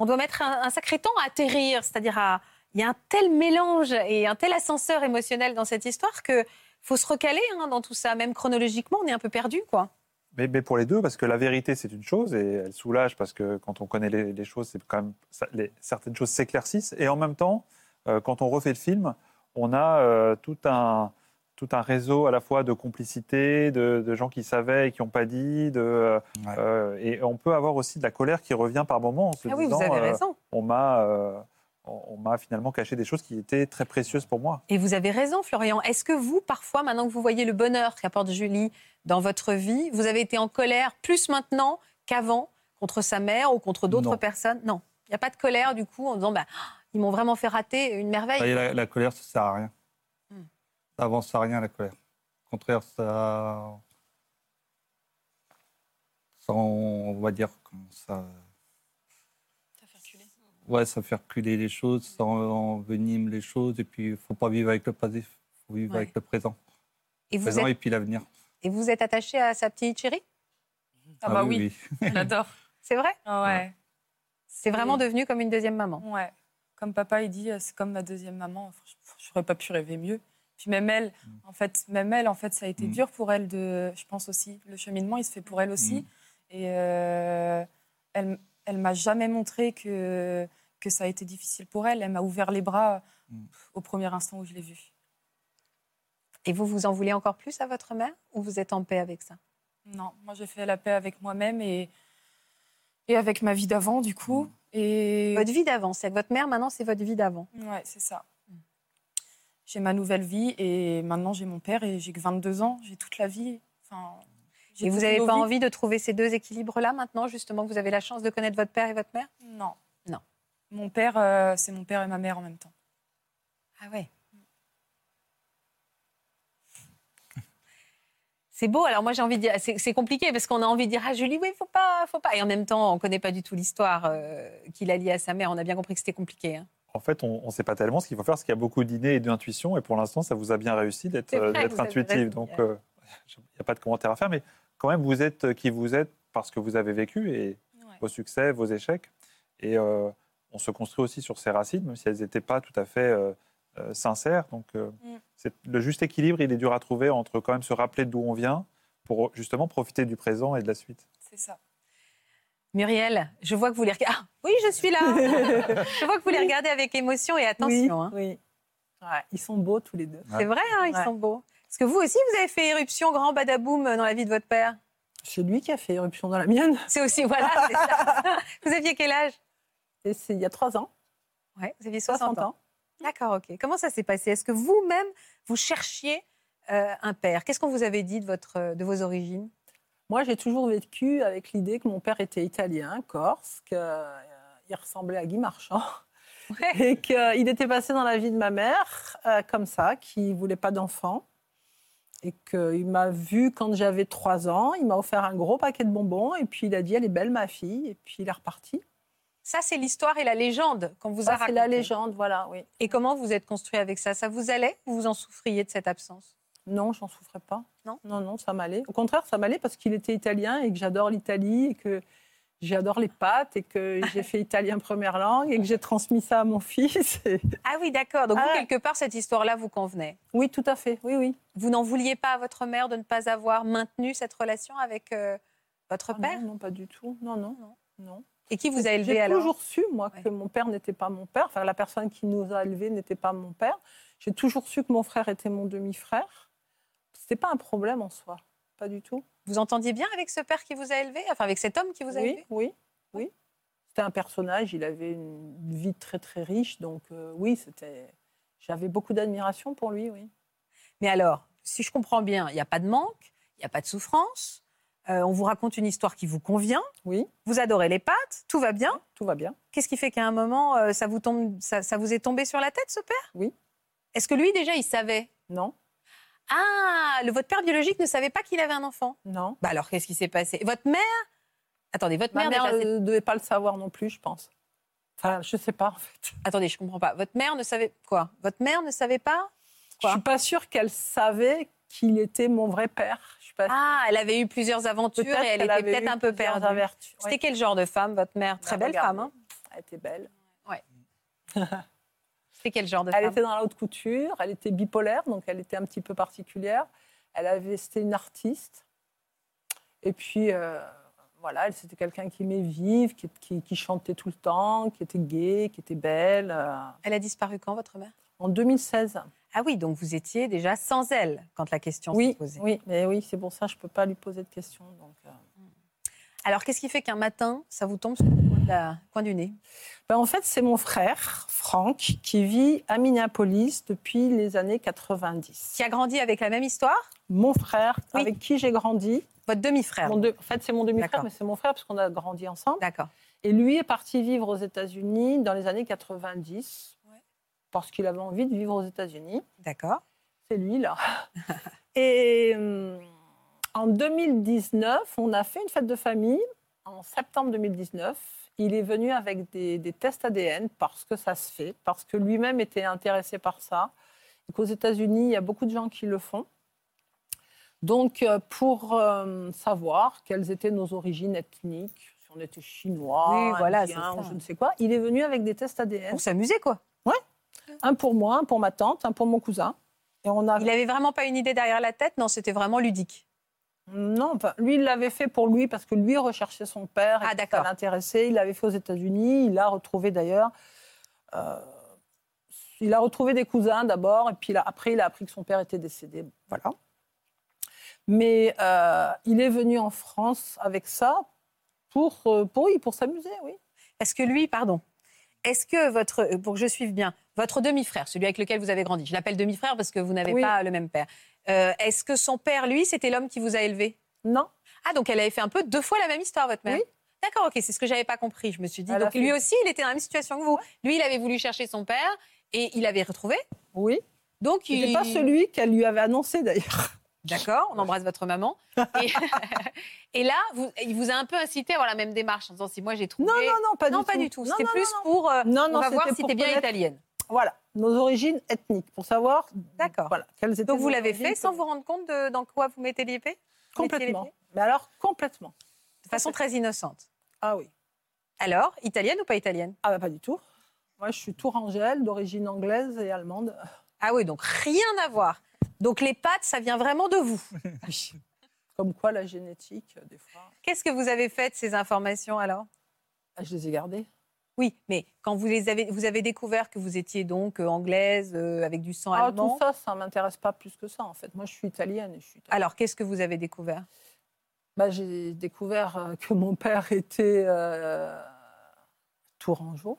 on doit mettre un, un sacré temps à atterrir, c'est-à-dire à- il y a un tel mélange et un tel ascenseur émotionnel dans cette histoire que faut se recaler hein, dans tout ça, même chronologiquement, on est un peu perdu, quoi.
Mais, mais pour les deux, parce que la vérité, c'est une chose, et elle soulage, parce que quand on connaît les, les choses, c'est quand même, ça- les- certaines choses s'éclaircissent. Et en même temps, euh, quand on refait le film, on a euh, tout, un, tout un réseau à la fois de complicité, de, de gens qui savaient et qui n'ont pas dit, de, euh,
Ouais.
euh, et on peut avoir aussi de la colère qui revient par moments en se
Ah oui,
disant,
vous avez
euh,
raison.
on m'a euh, on, on m'a finalement caché des choses qui étaient très précieuses pour moi.
Et vous avez raison, Florian. Est-ce que vous, parfois, maintenant que vous voyez le bonheur qu'apporte Julie dans votre vie, vous avez été en colère plus maintenant qu'avant contre sa mère ou contre d'autres
Non.
personnes Non. Il n'y a pas de colère, du coup, en disant, bah, ils m'ont vraiment fait rater une merveille.
Bah,
Vous voyez, la, la colère, ça sert à rien.
Hmm.
Ça avance à rien, la colère. Au contraire, ça. ça, on on va dire comment ça. Ouais, ça fait reculer les choses, ça en- envenime les choses. Et puis, il ne faut pas vivre avec le passé, il faut vivre
Ouais.
avec le présent.
Et vous,
présent
êtes,
et puis l'avenir.
et vous êtes attaché à sa petite chérie
Ah, bah oui, je l'adore.
C'est vrai
Ah ouais.
C'est vraiment devenu comme une deuxième maman.
Ouais. Comme papa, il dit, euh, c'est comme ma deuxième maman. Enfin, je- J'aurais pas pu rêver mieux. Puis même elle, en fait, même elle, en fait, ça a été
Mm.
dur pour elle de, je pense aussi, le cheminement, il se fait pour elle aussi.
Mm.
Et euh, elle, elle m'a jamais montré que que ça a été difficile pour elle. Elle m'a ouvert les bras
Mm.
pff, au premier instant où je l'ai vue.
Et vous, vous en voulez encore plus à votre mère ou vous êtes en paix avec ça
Non, moi j'ai fait la paix avec moi-même et et avec ma vie d'avant du coup.
Mm.
Et
Votre vie d'avant, c'est que votre mère, maintenant, c'est votre vie d'avant.
Ouais, c'est ça. J'ai ma nouvelle vie et maintenant j'ai mon père et j'ai que 22 ans, j'ai toute la vie.
Enfin,
Et vous n'avez pas envie de trouver ces deux équilibres-là maintenant, justement, que vous avez la chance de connaître votre père et votre mère
non.
Non.
Mon père, euh, c'est mon père et ma mère en même temps.
Ah ouais. C'est beau. Alors moi j'ai envie de dire, c'est c'est compliqué parce qu'on a envie de dire ah Julie oui faut pas, faut pas. Et en même temps on connaît pas du tout l'histoire euh, qu'il a liée à sa mère. On a bien compris que c'était compliqué. hein.
En fait, on ne sait pas tellement ce qu'il faut faire, parce qu'il y a beaucoup d'idées et d'intuitions, et pour l'instant, ça vous a bien réussi d'être
C'est vrai,
euh, d'être
vous avez raison,
intuitif. Donc,
Yann.
euh, il n'y a pas de commentaire à faire, mais quand même, vous êtes euh, qui vous êtes parce que vous avez vécu, et
Ouais.
vos succès, vos échecs. Et euh, on se construit aussi sur ses racines, même si elles n'étaient pas tout à fait euh, euh, sincères. Donc, euh,
Mm.
c'est- le juste équilibre, il est dur à trouver entre quand même se rappeler d'où on vient pour justement profiter du présent et de la suite.
C'est ça.
Muriel, je vois que vous les regardez. Ah oui je suis là. je vois que vous les regardez avec émotion et attention. hein.
Oui. Ouais, ils sont beaux tous les deux.
C'est vrai, hein, ils
Ouais.
sont beaux. Parce que vous aussi vous avez fait éruption grand badaboum dans la vie de votre père.
C'est lui qui a fait éruption dans la mienne.
C'est aussi voilà. c'est ça. vous aviez quel âge
Et c'est il y a trois ans,
Ouais, vous aviez
60 ans.
D'accord, ok. Comment ça s'est passé Est-ce que vous-même, vous cherchiez euh, un père Qu'est-ce qu'on vous avait dit de, votre, euh, de vos origines
Moi, j'ai toujours vécu avec l'idée que mon père était italien, corse, qu'il ressemblait à Guy Marchand. Et qu'il était passé dans la vie de ma mère euh, comme ça, qu'il voulait pas d'enfant. Et qu'il m'a vu quand j'avais trois ans. Il m'a offert un gros paquet de bonbons. Et puis, il a dit Elle est belle, ma fille. Et puis, il est reparti.
Ça, c'est l'histoire et la légende qu'on vous a
Ça, c'est
racontée.
la légende, voilà, oui.
Et comment vous êtes construit avec ça Ça vous allait ou vous en souffriez de cette absence
Non, j'en souffrais pas.
Non
Non, non, ça m'allait. Au contraire, ça m'allait parce qu'il était italien et que j'adore l'Italie et que j'adore les pâtes et que j'ai fait italien première langue et que j'ai transmis ça à mon fils. Et-
Ah oui, d'accord. Donc, vous,
Ah.
quelque part, cette histoire-là vous convenait.
Oui, tout à fait. Oui, oui.
Vous n'en vouliez pas à votre mère de ne pas avoir maintenu cette relation avec euh, votre
Ah
père
non, non, pas du tout. Non, non, non. non.
Et qui vous a élevé
J'ai
alors
toujours su, moi,
Ouais.
que mon père n'était pas mon père. Enfin, la personne qui nous a élevés n'était pas mon père. J'ai toujours su que mon frère était mon demi-frère. C'était pas un problème en soi. Pas du tout.
Vous entendiez bien avec ce père qui vous a élevé Enfin, avec cet homme qui vous a
oui,
élevé
oui, oui. C'était un personnage, il avait une vie très très riche, donc euh, oui, c'était. J'avais beaucoup d'admiration pour lui, oui.
Mais alors, si je comprends bien, il n'y a pas de manque, il n'y a pas de souffrance. euh, on vous raconte une histoire qui vous convient.
Oui,
Vous adorez les pâtes, tout va bien.
tout va bien.
Qu'est-ce qui fait qu'à un moment, euh, ça, vous tombe, ça, ça vous est tombé sur la tête, ce père
Oui.
Est-ce que lui, déjà, il savait
Non,
Ah, le, votre père biologique ne savait pas qu'il avait un enfant.
non.
Bah alors, qu'est-ce qui s'est passé Votre mère Attendez, votre
Ma
mère,
mère
déjà, c'est-
ne devait pas le savoir non plus, je pense. Enfin, je sais pas en fait.
Attendez, je comprends pas. Votre mère ne savait quoi Votre mère ne savait pas Quoi
je suis pas sûre qu'elle savait qu'il était mon vrai père. Je suis pas
Ah, elle avait eu plusieurs aventures
sûre.
et elle était peut-être un peu perdue. C'était quel genre de femme, votre mère Très belle femme. hein.
Elle était belle.
C'était quel genre de
Elle
femme
était dans la haute couture, elle était bipolaire, donc elle était un petit peu particulière. Elle avait, c'était une artiste. Et puis, euh, voilà, elle c'était quelqu'un qui aimait vivre, qui, qui- qui chantait tout le temps, qui était gay, qui était belle. euh,
Elle a disparu quand, votre mère
en 2016.
Ah oui, donc vous étiez déjà sans elle quand la question s'est
Oui,
posée.
oui, mais oui, c'est pour ça, je peux pas lui poser de questions. Donc, euh.
Alors qu'est-ce qui fait qu'un matin, ça vous tombe sur le coin, de la- coin du nez
Ben, en fait, c'est mon frère, Franck, qui vit à Minneapolis depuis les années 90.
Qui a grandi avec la même histoire
Mon frère,
Oui.
avec qui j'ai grandi.
Votre demi-frère.
Mon deux- en fait, c'est mon
D'accord.
demi-frère, mais c'est mon frère parce qu'on a grandi ensemble.
D'accord.
Et lui est parti vivre aux États-Unis dans les années 90
Ouais.
parce qu'il avait envie de vivre aux États-Unis.
D'accord.
C'est lui là. Et hum, en 2019, on a fait une fête de famille. En septembre 2019, il est venu avec des, des tests ADN parce que ça se fait, parce que lui-même était intéressé par ça. Et qu'aux États-Unis, il y a beaucoup de gens qui le font. Donc, euh, pour euh, savoir quelles étaient nos origines ethniques, si on était chinois,
Oui, voilà,
Indiens
c'est ça.
ou je ne sais quoi, il est venu avec des tests ADN.
Pour s'amuser, quoi.
Un pour moi, un pour ma tante, un pour mon cousin. Et on a
Il n'avait vraiment pas une idée derrière la tête Non, c'était vraiment ludique.
Non, enfin, lui, il l'avait fait pour lui parce que lui recherchait son père. et
Ah,
que
d'accord.
Ça l'intéressait. Il l'avait fait aux États-Unis. Il l'a retrouvé d'ailleurs. Euh, il a retrouvé des cousins d'abord et puis il a- après, il a appris que son père était décédé. Voilà. Mais euh, il est venu en France avec ça pour, euh, pour, oui, pour s'amuser, oui.
Est-ce que lui, pardon, est-ce que votre, euh, pour que je suive bien, votre demi-frère, celui avec lequel vous avez grandi, je l'appelle demi-frère parce que vous n'avez
Oui.
pas le même père, Euh, Est-ce que son père, lui, c'était l'homme qui vous a élevé
Non.
Ah, donc elle avait fait un peu deux fois la même histoire, votre mère
Oui.
D'accord, ok, c'est ce que j'avais pas compris. Je me suis dit,
Elle a
donc
fait-
lui aussi, il était dans la même situation que vous. Lui, il avait voulu chercher son père et il avait retrouvé.
Oui.
Donc,
C'était
il...
pas celui qu'elle lui avait annoncé d'ailleurs.
D'accord, on embrasse votre maman. Et, et là, vous- il vous a un peu incité à avoir la même démarche en disant si moi j'ai trouvé.
Non, non, non, pas
Ah Non,
du tout. Non,
C'était
non,
plus
non, non.
pour. euh,
Non, non,
on va voir
c'était
si
pour
t'es bien
connaître-
italienne.
Voilà, nos origines ethniques, pour savoir
D'accord.
voilà, quelles étaient.
Donc vous
nos
l'avez
origines
fait sans vous rendre compte de dans quoi vous mettez l'épée
Complètement. Mais alors, complètement.
De façon très innocente.
Ah oui.
Alors, italienne ou pas italienne
Ah bah pas du tout. Moi, je suis tourangelle, d'origine anglaise et allemande.
Ah oui, donc rien à voir. Donc les pâtes, ça vient vraiment de vous.
Comme quoi, la génétique, euh, des fois,
Qu'est-ce que vous avez fait de ces informations alors
ah, je les ai gardées.
Oui, mais quand vous les avez, vous avez découvert que vous étiez donc euh, anglaise euh, avec du sang
Ah, tout
allemand.
ça, ça m'intéresse pas plus que ça, en fait. Moi, je suis italienne. et Je suis italienne.
Alors qu'est-ce que vous avez découvert
Bah, j'ai découvert euh, que mon père était euh, tourangeau.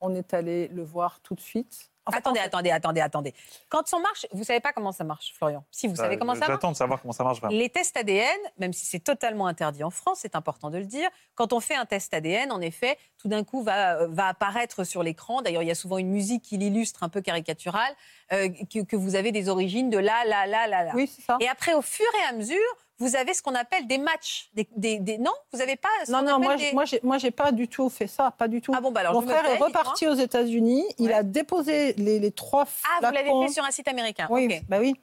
On est allé le voir tout de suite. En fait,
Attendez,
en fait-
attendez, attendez, attendez. Quand on marche, vous savez pas comment ça marche, Florian. Si
Bah,
vous savez comment ça marche.
J'attends de savoir comment ça marche vraiment.
Les tests ADN, même si c'est totalement interdit en France, c'est important de le dire, quand on fait un test ADN, en effet, tout d'un coup va, euh, va apparaître sur l'écran, d'ailleurs il y a souvent une musique qui l'illustre un peu caricaturale, euh, que, que vous avez des origines de là, là, là, là, là.
Oui, c'est ça.
Et après, au fur et à mesure, vous avez ce qu'on appelle des matchs. Des, des- des- Non, vous n'avez pas... ce
Non,
qu'on
non, moi,
appelle des-
j'ai- moi, j'ai- moi, j'ai pas du tout fait ça, pas du tout.
Ah bon, bah alors
Mon
je me
frère
tais,
est
dites-moi.
reparti aux États-Unis. Il
Ouais.
a déposé les, les trois
Ah, vous l'avez
flacons.
fait sur un site américain.
Oui,
Ok.
bah oui.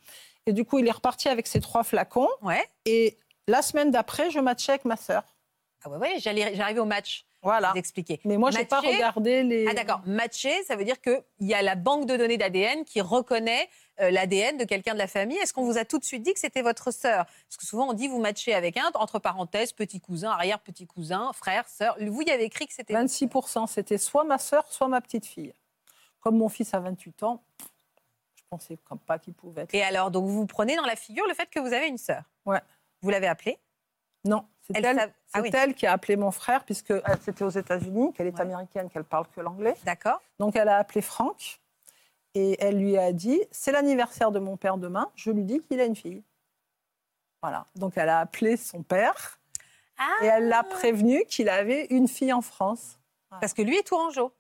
Et du coup, il est reparti avec ses trois flacons.
Ouais.
Et la semaine d'après, je matchais avec ma sœur.
Ah ouais, ouais, j'allais- j'arrivais au match,
Voilà.
vous expliquer.
Mais moi, j'ai pas
Matcher-
regardé les.
Ah d'accord, matché, ça veut dire qu'il y a la banque de données d'ADN qui reconnaît euh, l'ADN de quelqu'un de la famille. Est-ce qu'on vous a tout de suite dit que c'était votre sœur Parce que souvent on dit vous matchez avec un, entre parenthèses, petit cousin, arrière petit cousin, frère, sœur. Vous, il y avait écrit que c'était...
26%, c'était soit ma sœur, soit ma petite fille. Comme mon fils a 28 ans, je pensais comme pas qu'il pouvait être.
Et alors, donc vous prenez dans la figure le fait que vous avez une sœur.
Ouais.
Vous l'avez appelée
Non, c'est
Elle
elle,
sav- ah
c'est
oui.
elle qui a appelé mon frère, puisque elle, c'était aux États-Unis, qu'elle est
Ouais.
américaine, qu'elle parle que l'anglais.
D'accord
Donc elle a appelé Franck et elle lui a dit C'est l'anniversaire de mon père demain, je lui dis qu'il a une fille. Voilà. Donc elle a appelé son père
Ah
et elle l'a prévenu qu'il avait une fille en France.
Parce que lui est tourangeau.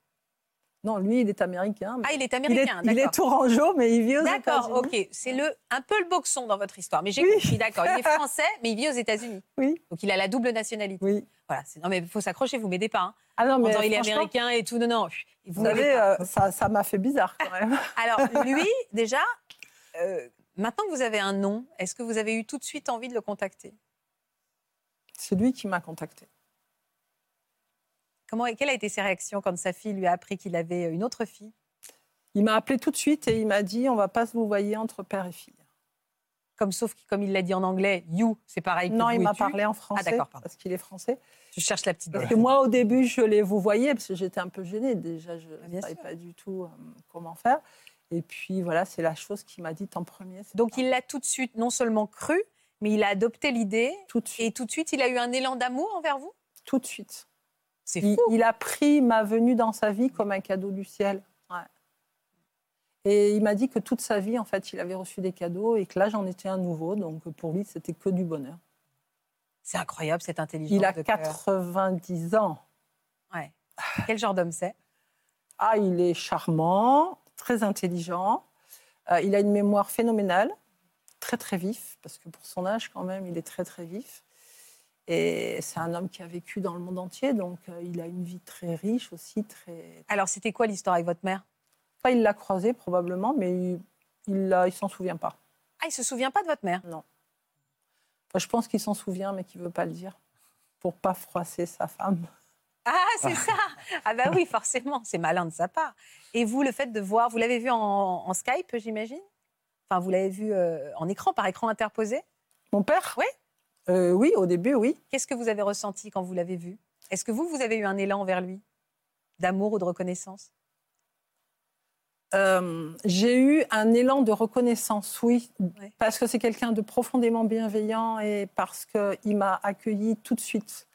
Non, lui, il est américain. mais-
Ah, il est
il, est,
américain,
il est
d'accord.
tourangeau, mais il vit aux États-Unis.
D'accord, ok. C'est le un peu le boxon dans votre histoire, mais j'ai
Oui.
compris. D'accord, il est français, mais il vit aux États-unis.
Oui.
Donc il a la double nationalité.
Oui.
Voilà. c'est- Non mais faut s'accrocher, vous m'aidez pas. hein.
Ah non,
En
mais
disant, il est
franchement,
américain et tout. Non, non. pff,
Vous
Vous n'avez
savez,
pas.
euh, ça ça m'a fait bizarre quand même.
Alors, lui, déjà, euh, maintenant que vous avez un nom, est-ce que vous avez eu tout de suite envie de le contacter
C'est lui qui m'a contacté.
Comment, Quelle a été ses réactions quand sa fille lui a appris qu'il avait euh, une autre fille
Il m'a appelé tout de suite et il m'a dit on va pas se vous voyez entre père et fille.
comme, Sauf que, comme il l'a dit en anglais, you, c'est pareil que
Non,
vous
il
et
m'a
tu.
parlé Euh. en français
d'accord, pardon.
parce qu'il est français.
Je cherche la petite.
Parce que moi, au début, je les vous voyais parce que j'étais un peu gênée. Déjà, je
Ah, bien
ne savais
sûr.
pas du tout euh, comment faire. Et puis voilà, c'est la chose qui m'a dit en premier. c'est
Donc
ça.
il l'a tout de suite non seulement cru, mais il a adopté l'idée
tout de suite,
et tout de suite il a eu un élan d'amour envers vous.
tout de suite.
C'est
Il,
fou.
il a pris ma venue dans sa vie comme un cadeau du ciel. Ouais. Et il m'a dit que toute sa vie, en fait, il avait reçu des cadeaux et que là, j'en étais un nouveau. Donc pour lui, c'était que du bonheur.
C'est incroyable cette intelligence.
Il a
de cœur.
90 ans.
Ouais. Quel genre d'homme c'est
Ah, il est charmant, très intelligent. Euh, il a une mémoire phénoménale, très très vif, parce que pour son âge quand même, il est très très vif. Et c'est un homme qui a vécu dans le monde entier, donc euh, il a une vie très riche aussi. Très...
Alors c'était quoi l'histoire avec votre mère
Enfin, il l'a croisé probablement, mais il il l'a- il s'en souvient pas.
Ah, il se souvient pas de votre mère.
Enfin, je pense qu'il s'en souvient, mais qu'il veut pas le dire pour pas froisser sa femme.
Ah, c'est ça. Ah bah oui, forcément, c'est malin de sa part. Et vous, le fait de voir, vous l'avez vu en, en Skype, j'imagine Enfin, vous l'avez vu euh, en écran, par écran interposé.
Mon père
Ouais.
Euh, Oui, au début, oui.
Qu'est-ce que vous avez ressenti quand vous l'avez vu Est-ce que vous, vous avez eu un élan envers lui D'amour ou de reconnaissance
Euh, j'ai eu un élan de reconnaissance, oui,
Ouais.
parce que c'est quelqu'un de profondément bienveillant et parce qu'il m'a accueilli tout de suite.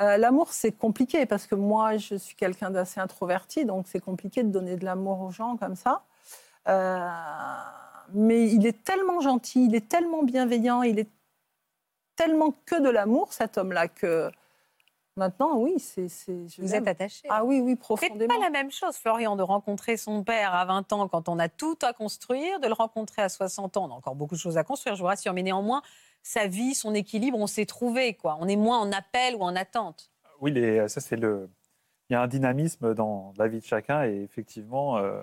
Euh, l'amour, c'est compliqué parce que moi, je suis quelqu'un d'assez introverti, donc c'est compliqué de donner de l'amour aux gens comme ça. Euh, mais il est tellement gentil, il est tellement bienveillant, il est tellement que de l'amour, cet homme-là, que maintenant, oui, c'est. c'est- je
Vous
l'aime.
êtes attaché.
Ah oui, oui,
C'est
profondément.
pas la même chose, Florian, de rencontrer son père à 20 ans quand on a tout à construire, de le rencontrer à 60 ans. On a encore beaucoup de choses à construire, je vous rassure. Mais néanmoins, sa vie, son équilibre, on s'est trouvé. Quoi. On est moins en appel ou en attente.
Oui, les- ça c'est le. Il y a un dynamisme dans la vie de chacun et effectivement, euh,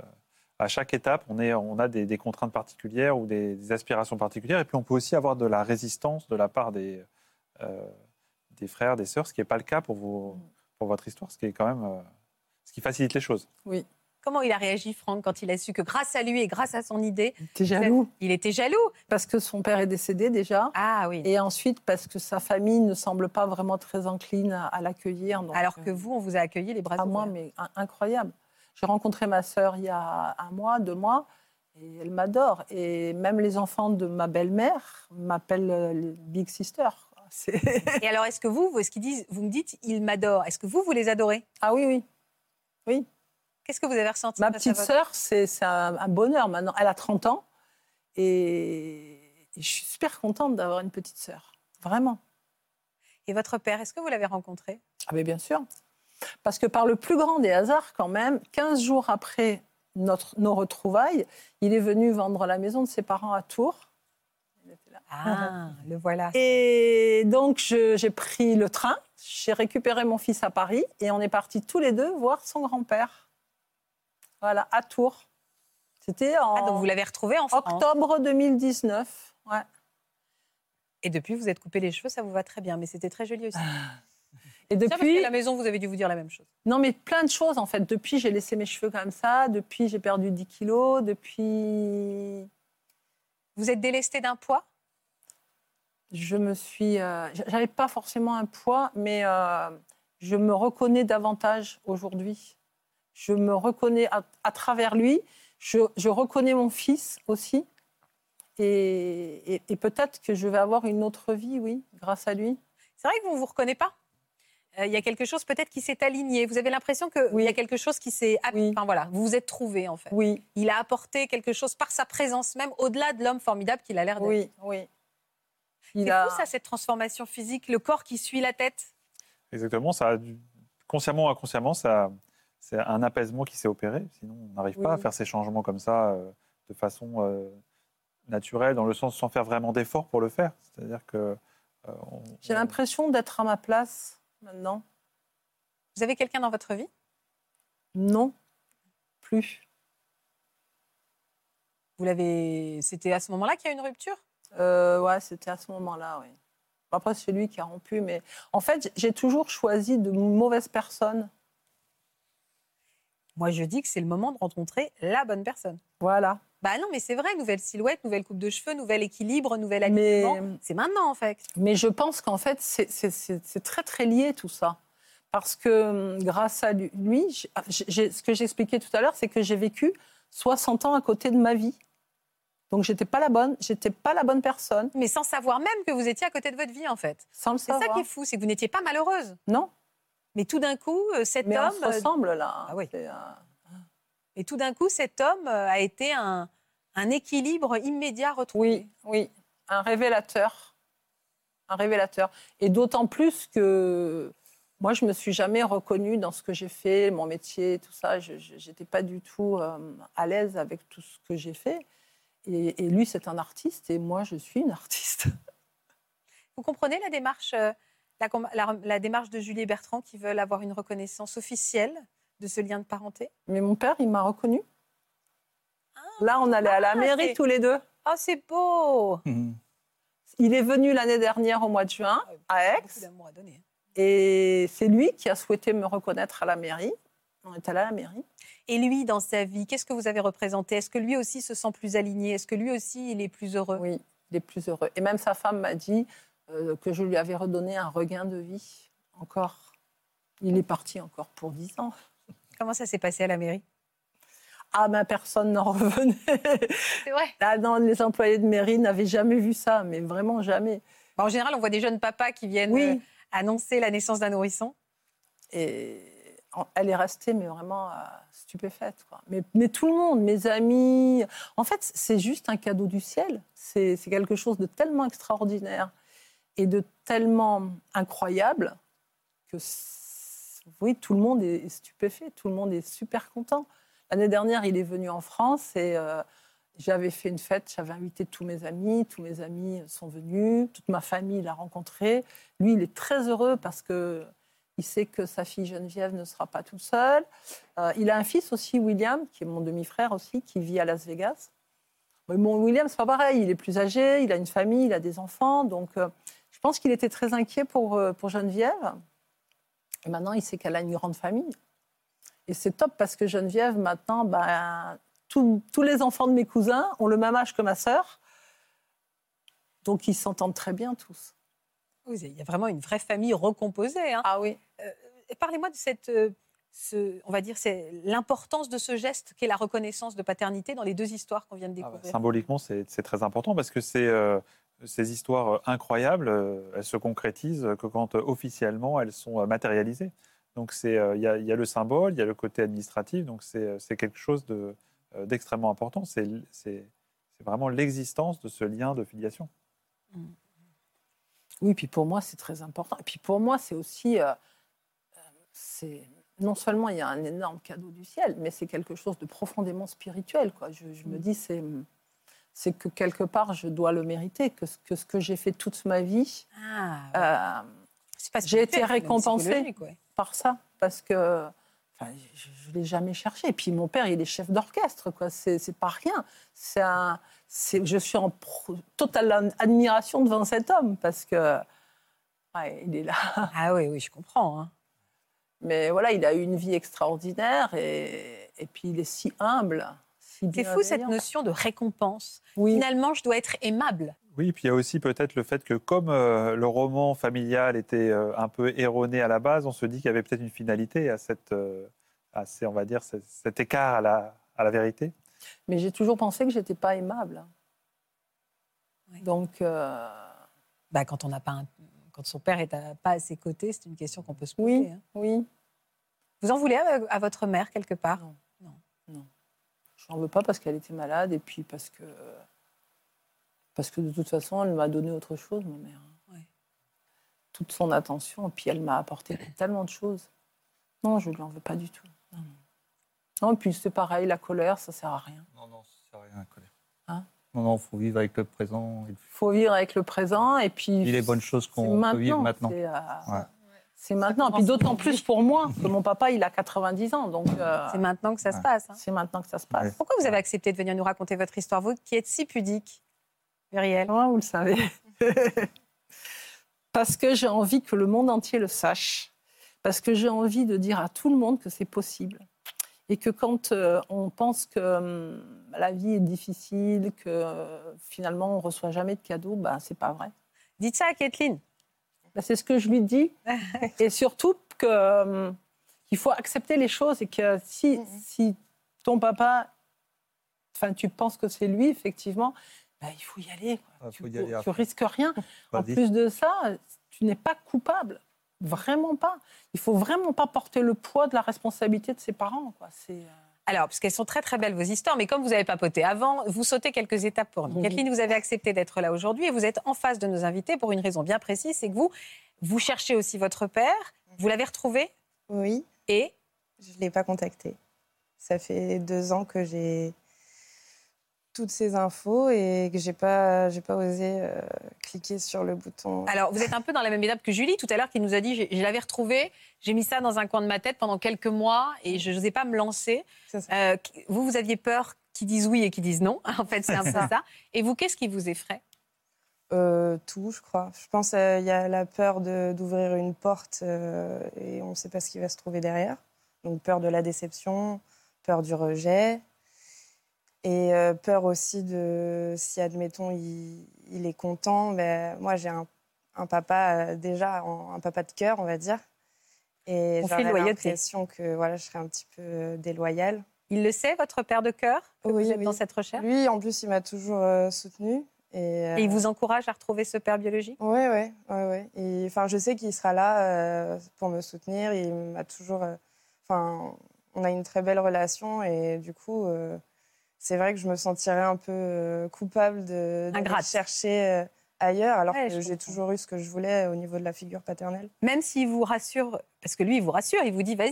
à chaque étape, on, est, on a des, des contraintes particulières ou des, des aspirations particulières. Et puis on peut aussi avoir de la résistance de la part des, euh, des frères, des sœurs, ce qui n'est pas le cas pour, vos, pour votre histoire, ce qui est quand même euh, ce qui facilite les choses.
Comment il a réagi, Franck, quand il a su que grâce à lui et grâce à son idée,
T'es jaloux
il était jaloux
Parce que son père est décédé déjà.
Ah oui.
Et ensuite, parce que sa famille ne semble pas vraiment très encline à, à l'accueillir. donc,
Alors
euh,
que vous, on vous a accueilli les bras
à Ah, moi,
ouverts.
mais in- incroyable. J'ai rencontré ma sœur il y a un mois, deux mois, et elle m'adore. Et même les enfants de ma belle-mère m'appellent euh, Big Sister. C'est-
Et alors, est-ce que vous, vous- est-ce qu'ils disent, vous me dites, ils m'adorent. Est-ce que vous, vous les adorez
Ah oui, oui.
Qu'est-ce que vous avez ressenti
Ma
face à
petite
votre-
sœur, c'est c'est un, un bonheur maintenant. Elle a 30 ans et, et je suis super contente d'avoir une petite sœur. Vraiment.
Et votre père, est-ce que vous l'avez rencontré
Ah mais bien sûr. Parce que par le plus grand des hasards, quand même, 15 jours après notre, nos retrouvailles, il est venu vendre la maison de ses parents à Tours. Il était là.
Ah, le voilà.
Et donc, je- j'ai pris le train, j'ai récupéré mon fils à Paris et on est partis tous les deux voir son grand-père. Voilà, à Tours. C'était en
Ah, donc vous l'avez retrouvé en France.
octobre 2019. Ouais.
Et depuis, vous êtes coupé les cheveux, ça vous va très bien, mais c'était très joli aussi.
Et
Tiens, parce qu'à
depuis,
la maison, vous avez dû vous dire la même chose.
non mais plein de choses en fait. Depuis, j'ai laissé mes cheveux comme ça. Depuis, j'ai perdu 10 kilos. Depuis,
Vous êtes délesté d'un poids
je me suis. euh, J'avais pas forcément un poids, mais euh, je me reconnais davantage aujourd'hui. Je me reconnais à, à travers lui. Je, je reconnais mon fils aussi. Et, et- et peut-être que je vais avoir une autre vie, oui, grâce à lui.
C'est vrai que vous ne vous reconnaissez pas Euh, Il y a quelque chose peut-être qui s'est aligné. Vous avez l'impression que il y a quelque chose qui s'est. ah,
Oui.
Enfin voilà, vous vous êtes trouvé en fait.
Oui,
Il a apporté quelque chose par sa présence même, au-delà de l'homme formidable qu'il a l'air d'être.
oui, oui. Il
C'est
a-
fou ça, cette transformation physique, le corps qui suit la tête.
Exactement, ça a dû- consciemment ou inconsciemment, ça, c'est un apaisement qui s'est opéré. Sinon, on n'arrive pas
Oui.
à faire ces changements comme ça euh, de façon euh, naturelle, dans le sens sans faire vraiment d'efforts pour le faire. C'est-à-dire que euh, on-
J'ai
on-
l'impression d'être à ma place maintenant.
Vous avez quelqu'un dans votre vie
Non, plus.
Vous l'avez. C'était à ce moment-là qu'il y a une rupture
Euh, ouais, c'était à ce moment-là, oui. Après, c'est lui qui a rompu, mais en fait, j'ai toujours choisi de mauvaises personnes.
Moi, je dis que c'est le moment de rencontrer la bonne personne.
Voilà.
Bah non, mais c'est vrai, nouvelle silhouette, nouvelle coupe de cheveux, nouvel équilibre, nouvel
Mais,
alignement. C'est maintenant, en fait.
mais je pense qu'en fait, c'est- c'est c'est- c'est très, très lié tout ça. Parce que hum, grâce à lui, lui, j'ai- ah, j'ai- j'ai- ce que j'expliquais tout à l'heure, c'est que j'ai vécu 60 ans à côté de ma vie. Donc, j'étais pas la bonne, j'étais pas la bonne personne,
Mais sans savoir même que vous étiez à côté de votre vie, en fait.
sans le
C'est ça
savoir.
qui est fou, c'est que vous n'étiez pas malheureuse.
Non,
Mais tout d'un coup, euh, cet
mais on
homme,
se
euh,
ressemble là.
Ah oui.
C'est, euh,
et tout d'un coup, cet homme euh, a été un, un équilibre immédiat retrouvé.
Oui, oui, un révélateur. Un révélateur. Et d'autant plus que moi, je me suis jamais reconnue dans ce que j'ai fait, mon métier, tout ça. Je n'étais pas du tout euh, à l'aise avec tout ce que j'ai fait. Et, et lui, c'est un artiste, et moi, je suis une artiste.
Vous comprenez la démarche, euh, la, com- la- la démarche de Julie et Bertrand qui veulent avoir une reconnaissance officielle de ce lien de parenté
Mais mon père, il m'a reconnue. Là, on allait à la
Ah, c'est-
mairie tous les deux.
Oh, c'est beau
Mhm.
Il est venu l'année dernière au mois de juin
Ah,
à Aix.
Beaucoup d'amour à donner. hein.
Et c'est lui qui a souhaité me reconnaître à la mairie. On est allé à la mairie.
Et lui, dans sa vie, qu'est-ce que vous avez représenté Est-ce que lui aussi se sent plus aligné Est-ce que lui aussi, il est plus heureux
Oui, il est plus heureux. Et même sa femme m'a dit euh, que je lui avais redonné un regain de vie. Encore. Il est parti encore pour 10 ans.
Comment ça s'est passé à la mairie
Ah, ma personne n'en revenait.
C'est vrai.
Ah non, les employés de mairie n'avaient jamais vu ça, mais vraiment jamais.
en général, on voit des jeunes papas qui viennent euh,
Oui.
annoncer la naissance d'un nourrisson.
Et en- elle est restée mais vraiment euh, stupéfaite. quoi. Mais, mais tout le monde, mes amis, en fait, c'est juste un cadeau du ciel. C'est c'est quelque chose de tellement extraordinaire et de tellement incroyable que c'est- oui, tout le monde est est stupéfait, tout le monde est super content. L'année dernière, il est venu en France et euh, j'avais fait une fête, j'avais invité tous mes amis, tous mes amis sont venus, toute ma famille l'a rencontré. Lui, il est très heureux parce que il sait que sa fille Geneviève ne sera pas toute seule. Euh, il a un fils aussi, William, qui est mon demi-frère aussi, qui vit à Las Vegas. Mais mon William, c'est pas pareil. Il est plus âgé, il a une famille, il a des enfants. Donc, euh, je pense qu'il était très inquiet pour, euh, pour Geneviève. Et maintenant, il sait qu'elle a une grande famille. Et c'est top parce que Geneviève, maintenant, ben, tous- tous les enfants de mes cousins ont le même âge que ma sœur. Donc, ils s'entendent très bien tous.
Vous avez- Il y a vraiment une vraie famille recomposée. hein.
Ah oui.
Et Parlez-moi de cette, euh, ce- on va dire, c'est l'importance de ce geste qu'est la reconnaissance de paternité dans les deux histoires qu'on vient de
Ah bah,
découvrir.
Symboliquement, c'est c'est très important parce que c'est, euh, ces histoires euh, incroyables, euh, elles se concrétisent que quand euh, officiellement elles sont euh, matérialisées. Donc c'est, euh, il y, a- il y a le symbole, il y a le côté administratif, donc c'est euh, c'est quelque chose de, euh, d'extrêmement important. C'est l- c'est- c'est vraiment l'existence de ce lien de filiation.
Oui, puis pour moi, c'est très important. Et puis pour moi, c'est aussi. euh, euh, c'est- non seulement il y a un énorme cadeau du ciel, mais c'est quelque chose de profondément spirituel. Quoi. Je, je
Mm.
me dis, c'est. C'est que quelque part, je dois le mériter, que ce que, ce que j'ai fait toute ma vie,
Ah, ouais.
euh,
C'est pas
j'ai
spirituel,
été
c'est même
récompensée.
psychologique, ouais.
par ça, parce que enfin, je ne l'ai jamais cherché. Et puis mon père, il est chef d'orchestre, quoi. C'est c'est pas rien. C'est un- c'est- je suis en pro- totale ad- admiration devant cet homme parce que ouais, il est là.
Ah oui, oui, je comprends. hein.
Mais voilà, il a eu une vie extraordinaire et, et puis il est si humble. Si
C'est fou cette
bienveillant.
notion de récompense.
Oui.
Finalement, je dois être aimable.
Oui, puis il y a aussi peut-être le fait que comme euh, le roman familial était euh, un peu erroné à la base, on se dit qu'il y avait peut-être une finalité à cette, euh, à ces- on va dire, cet- cet écart à la, à la vérité.
Mais j'ai toujours pensé que j'étais pas aimable.
Oui.
Donc euh,
Bah, quand on n'a pas, un- quand son père est à- pas à ses côtés, c'est une question qu'on peut se poser.
oui,
hein.
oui.
Vous en voulez à, à votre mère quelque part
Je n'en veux pas parce qu'elle était malade et puis parce que parce que de toute façon, elle m'a donné autre chose, ma mère.
Ouais.
Toute son attention et puis elle m'a apporté tellement de choses. Non, je ne l'en veux pas du tout. Non, non. Non, et puis c'est pareil, la colère, ça sert à rien.
Non, non, ça sert à rien, la colère.
Hein
non, non, faut vivre avec le présent. Il
Faut vivre avec le présent et puis.
les bonnes choses
c'est
qu'on peut vivre maintenant.
C'est, euh,
Ouais.
c'est maintenant. Et puis d'autant plus pour moi que mon papa, il a 90 ans, donc euh,
C'est maintenant que ça se
Ouais.
passe. hein.
c'est maintenant que ça se passe.
Pourquoi vous avez accepté de venir nous raconter votre histoire, vous qui êtes si pudique, Muriel
Comment vous le savez Parce que j'ai envie que le monde entier le sache. Parce que j'ai envie de dire à tout le monde que c'est possible. Et que quand euh, on pense que hum, la vie est difficile, que euh, finalement on reçoit jamais de cadeaux, bah, c'est pas vrai.
Dites ça à Kathleen.
Bah, c'est ce que je lui dis. et surtout que, euh, qu'il faut accepter les choses et que si,
Mhm.
si ton papa, enfin tu penses que c'est lui, effectivement, bah, il faut y aller. quoi.
Ah,
tu,
faut y aller
tu
après.
risques rien. En
Vas-y.
plus de ça, tu n'es pas coupable. Vraiment pas. Il faut vraiment pas porter le poids de la responsabilité de ses parents. Quoi. C'est, euh,
Alors, parce qu'elles sont très très belles vos histoires, mais comme vous avez papoté avant, vous sautez quelques étapes pour nous.
Mhm.
Kathleen, vous avez accepté d'être là aujourd'hui et vous êtes en face de nos invités pour une raison bien précise, c'est que vous, vous cherchez aussi votre père, vous l'avez retrouvé
Oui,
et
je ne l'ai pas contacté. Ça fait deux ans que j'ai toutes ces infos et que j'ai pas, j'ai pas osé euh, cliquer sur le bouton.
alors vous êtes un peu dans la même étape que Julie tout à l'heure qui nous a dit j'ai- je l'avais retrouvé, j'ai mis ça dans un coin de ma tête pendant quelques mois et je n'osais pas me lancer.
C'est ça.
Euh, qui- vous, vous aviez peur qu'ils disent oui et qu'ils disent non, en fait c'est un peu ça. Et vous, qu'est-ce qui vous effraie
Euh, tout, je crois. Je pense qu'il y a la peur de- d'ouvrir une porte euh, et on ne sait pas ce qui va se trouver derrière. Donc peur de la déception, peur du rejet et euh, peur aussi de si, admettons, il, il est content. Ben, moi, j'ai un, un papa euh, déjà, en- un papa de cœur, on va dire. Et
On fait
j'aurais
loyauté.
l'impression que voilà, je serais un petit peu euh, déloyale.
Il le sait, votre père de cœur, que
Oui,
vous êtes
oui.
dans cette recherche
Lui, en plus, il m'a toujours euh, soutenue. Et, euh,
Et il vous encourage à retrouver ce père biologique
Ouais, ouais, ouais, ouais. Et, enfin, je sais qu'il sera là euh, pour me soutenir. Il m'a toujours. euh, Enfin, Enfin, on a une très belle relation et du coup, euh, c'est vrai que je me sentirais un peu euh, coupable de, d'aller
Ingrate.
chercher euh, ailleurs, alors
Ouais, je
que j'ai
comprends.
toujours eu ce que je voulais au niveau de la figure paternelle.
Même s'il vous rassure, parce que lui, il vous rassure, il vous dit vas-y.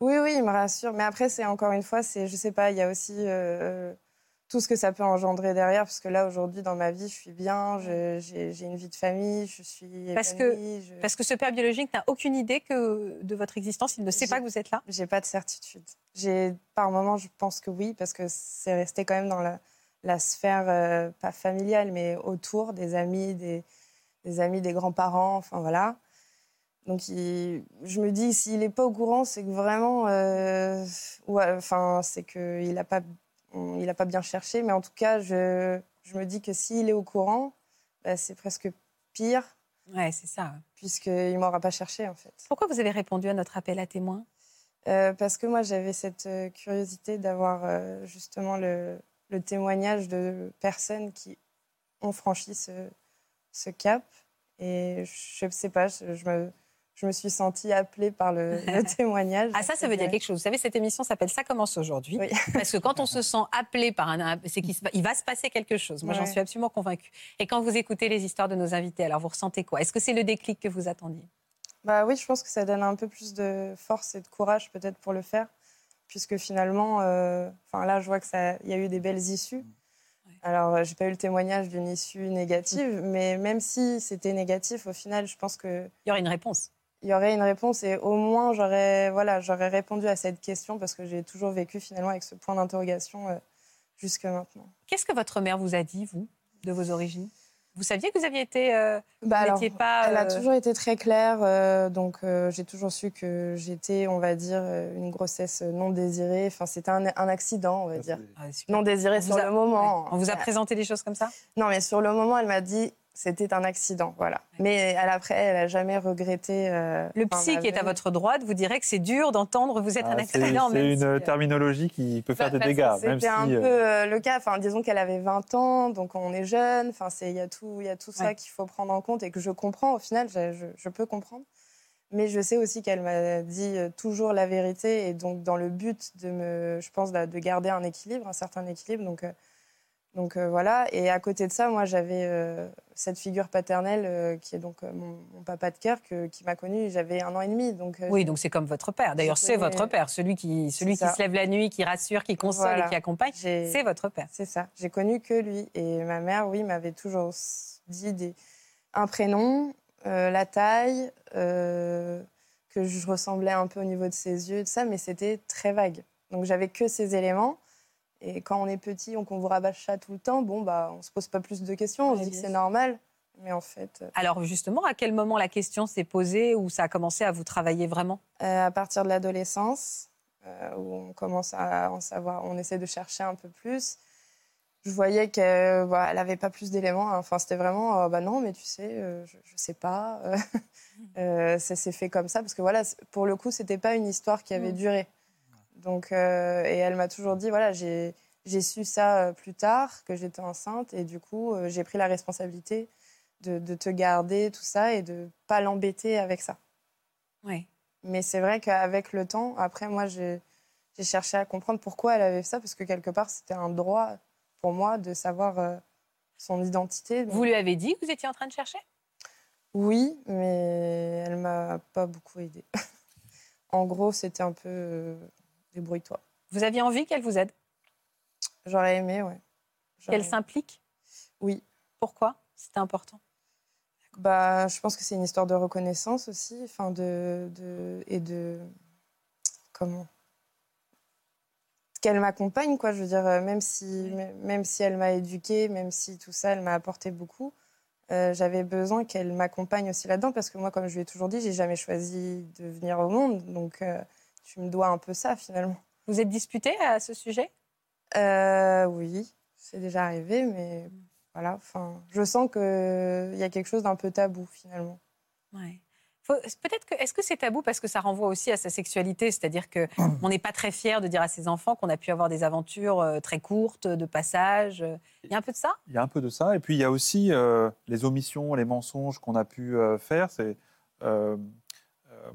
Oui, oui, il me rassure. Mais après, c'est encore une fois, c'est, je sais pas, il y a aussi euh, tout ce que ça peut engendrer derrière, parce que là, aujourd'hui, dans ma vie, je suis bien, je- j'ai, j'ai une vie de famille, je suis
Parce que-
épanouie, je-
Parce que ce père biologique n'a aucune idée que de votre existence, il ne sait pas que vous êtes là.
J'ai pas de certitude. J'ai par moments, je pense que oui, parce que c'est resté quand même dans la, la sphère euh, pas familiale, mais autour des amis, des, des amis, des grands-parents, enfin voilà. Donc il- je me dis, s'il n'est pas au courant, c'est que vraiment, euh, ouais, enfin c'est que il a pas, on- il a pas bien cherché. Mais en tout cas, je, je me dis que s'il est au courant, bah, c'est presque pire,
Ouais, c'est ça.
puisqu'il m'aura pas cherché en fait.
Pourquoi vous avez répondu à notre appel à témoins
Euh, parce que moi, j'avais cette euh, curiosité d'avoir euh, justement le, le témoignage de personnes qui ont franchi ce, ce cap. Et je ne sais pas, je, je me, je me suis sentie appelée par le, le témoignage.
Ah ça, ça veut dire quelque chose. Vous savez, cette émission s'appelle Ça commence aujourd'hui.
Oui.
Parce que quand on se sent appelé par un... C'est qu'il se- il va se passer quelque chose. Moi, j'en
Ouais.
suis absolument convaincue. Et quand vous écoutez les histoires de nos invités, alors vous ressentez quoi Est-ce que c'est le déclic que vous attendiez
Bah oui, je pense que ça donne un peu plus de force et de courage peut-être pour le faire, puisque finalement, euh, enfin là, je vois que ça, il y a eu des belles issues.
Mmh.
Alors, euh, j'ai pas eu le témoignage d'une issue négative, mais même si c'était négatif, au final, je pense que
Il y aurait une réponse.
il y aurait une réponse et au moins j'aurais voilà j'aurais répondu à cette question parce que j'ai toujours vécu finalement avec ce point d'interrogation euh, jusque maintenant.
Qu'est-ce que votre mère vous a dit, vous, de vos origines Vous saviez que vous aviez été... euh,
Bah
vous
alors,
n'étiez pas...
elle a
euh,
toujours été très claire, euh, donc euh, j'ai toujours su que j'étais, on va dire, euh, une grossesse non désirée. Enfin, c'était un, un accident, on va dire.
ah, super.
Non désirée
On
sur
vous a-
le
Ouais.
moment.
On vous a
Euh,
présenté des choses comme ça
Non, mais sur le moment, elle m'a dit c'était un accident, voilà. Mais elle, après, elle a jamais regretté. euh,
Le
enfin,
psy
ma
qui est à
venue.
votre droite vous dirait que c'est dur d'entendre vous êtes un
Ah, c'est
accident.
c'est
même si,
une
euh,
terminologie qui peut faire
Bah,
des
parce que
dégâts, même si
C'était un
euh,
peu euh, le cas. Enfin, disons qu'elle avait 20 ans, donc on est jeune. Enfin, c'est- il y a tout, il y a tout ça
Ouais.
qu'il faut prendre en compte et que je comprends. Au final, je, je- je peux comprendre. Mais je sais aussi qu'elle m'a dit euh, toujours la vérité et donc dans le but de me, je pense, bah, de de garder un équilibre, un certain équilibre. Donc, euh, donc euh, voilà. Et à côté de ça, moi, j'avais euh, cette figure paternelle euh, qui est donc euh, mon, mon papa de cœur que- qui m'a connue. J'avais un an et demi, donc euh,
Oui, donc c'est comme votre père. D'ailleurs,
Je
c'est
connais-
votre père, celui qui, celui qui
ça.
se lève la nuit, qui rassure, qui console et
Voilà.
qui accompagne.
j'ai-
C'est votre père.
C'est ça. J'ai connu que lui. Et ma mère, oui, m'avait toujours s- dit des... un prénom, euh, la taille, euh, que je ressemblais un peu au niveau de ses yeux, tout ça, mais c'était très vague. Donc j'avais que ces éléments. Et quand on est petit, on qu'on vous rabâche ça tout le temps, bon, bah, on se pose pas plus de questions, on se
Ouais,
dit que
bien
c'est
sûr.
normal. Mais en fait, euh,
Alors justement, à quel moment la question s'est posée ou ça a commencé à vous travailler vraiment
euh, à partir de l'adolescence, euh, où on commence à en savoir, on essaie de chercher un peu plus. Je voyais qu'elle n'avait avait pas plus d'éléments. hein. Enfin, c'était vraiment, euh, bah non, mais tu sais, euh, je, je sais pas. euh, euh, ça s'est fait comme ça parce que voilà, c'est- pour le coup, c'était pas une histoire qui avait
Mm.
duré. Donc, euh, et elle m'a toujours dit, voilà, j'ai j'ai su ça euh, plus tard que j'étais enceinte et du coup, euh, j'ai pris la responsabilité de, de te garder tout ça et de pas l'embêter avec ça.
Oui.
Mais c'est vrai qu'avec le temps, après, moi, j'ai j'ai cherché à comprendre pourquoi elle avait fait ça, parce que quelque part, c'était un droit pour moi de savoir euh, son identité. Donc,
Vous lui avez dit que vous étiez en train de chercher
Oui, mais elle m'a pas beaucoup aidée. en gros, c'était un peu euh, débrouille-toi.
Vous aviez envie qu'elle vous aide,
J'aurais aimé, ouais. J'aurais
qu'elle
aimé.
s'implique
Oui.
Pourquoi C'était important.
Bah, je pense que c'est une histoire de reconnaissance aussi, enfin de, de et de comment qu'elle m'accompagne quoi. Je veux dire, euh, même si m- même si elle m'a éduquée, même si tout ça, elle m'a apporté beaucoup. euh, J'avais besoin qu'elle m'accompagne aussi là-dedans parce que moi, comme je lui ai toujours dit, j'ai jamais choisi de venir au monde, donc euh, tu me dois un peu ça finalement.
Vous êtes disputé à ce sujet
Euh, oui, c'est déjà arrivé, mais voilà. Enfin, je sens que il y a quelque chose d'un peu tabou finalement.
Oui. Peut-être que est-ce que c'est tabou parce que ça renvoie aussi à sa sexualité, c'est-à-dire que on n'est pas très fier de dire à ses enfants qu'on a pu avoir des aventures euh, très courtes, de passage. euh. Il y a un peu de ça
Il y a un peu de ça. Et puis, il y a aussi euh, les omissions, les mensonges qu'on a pu euh, faire. C'est, euh, euh,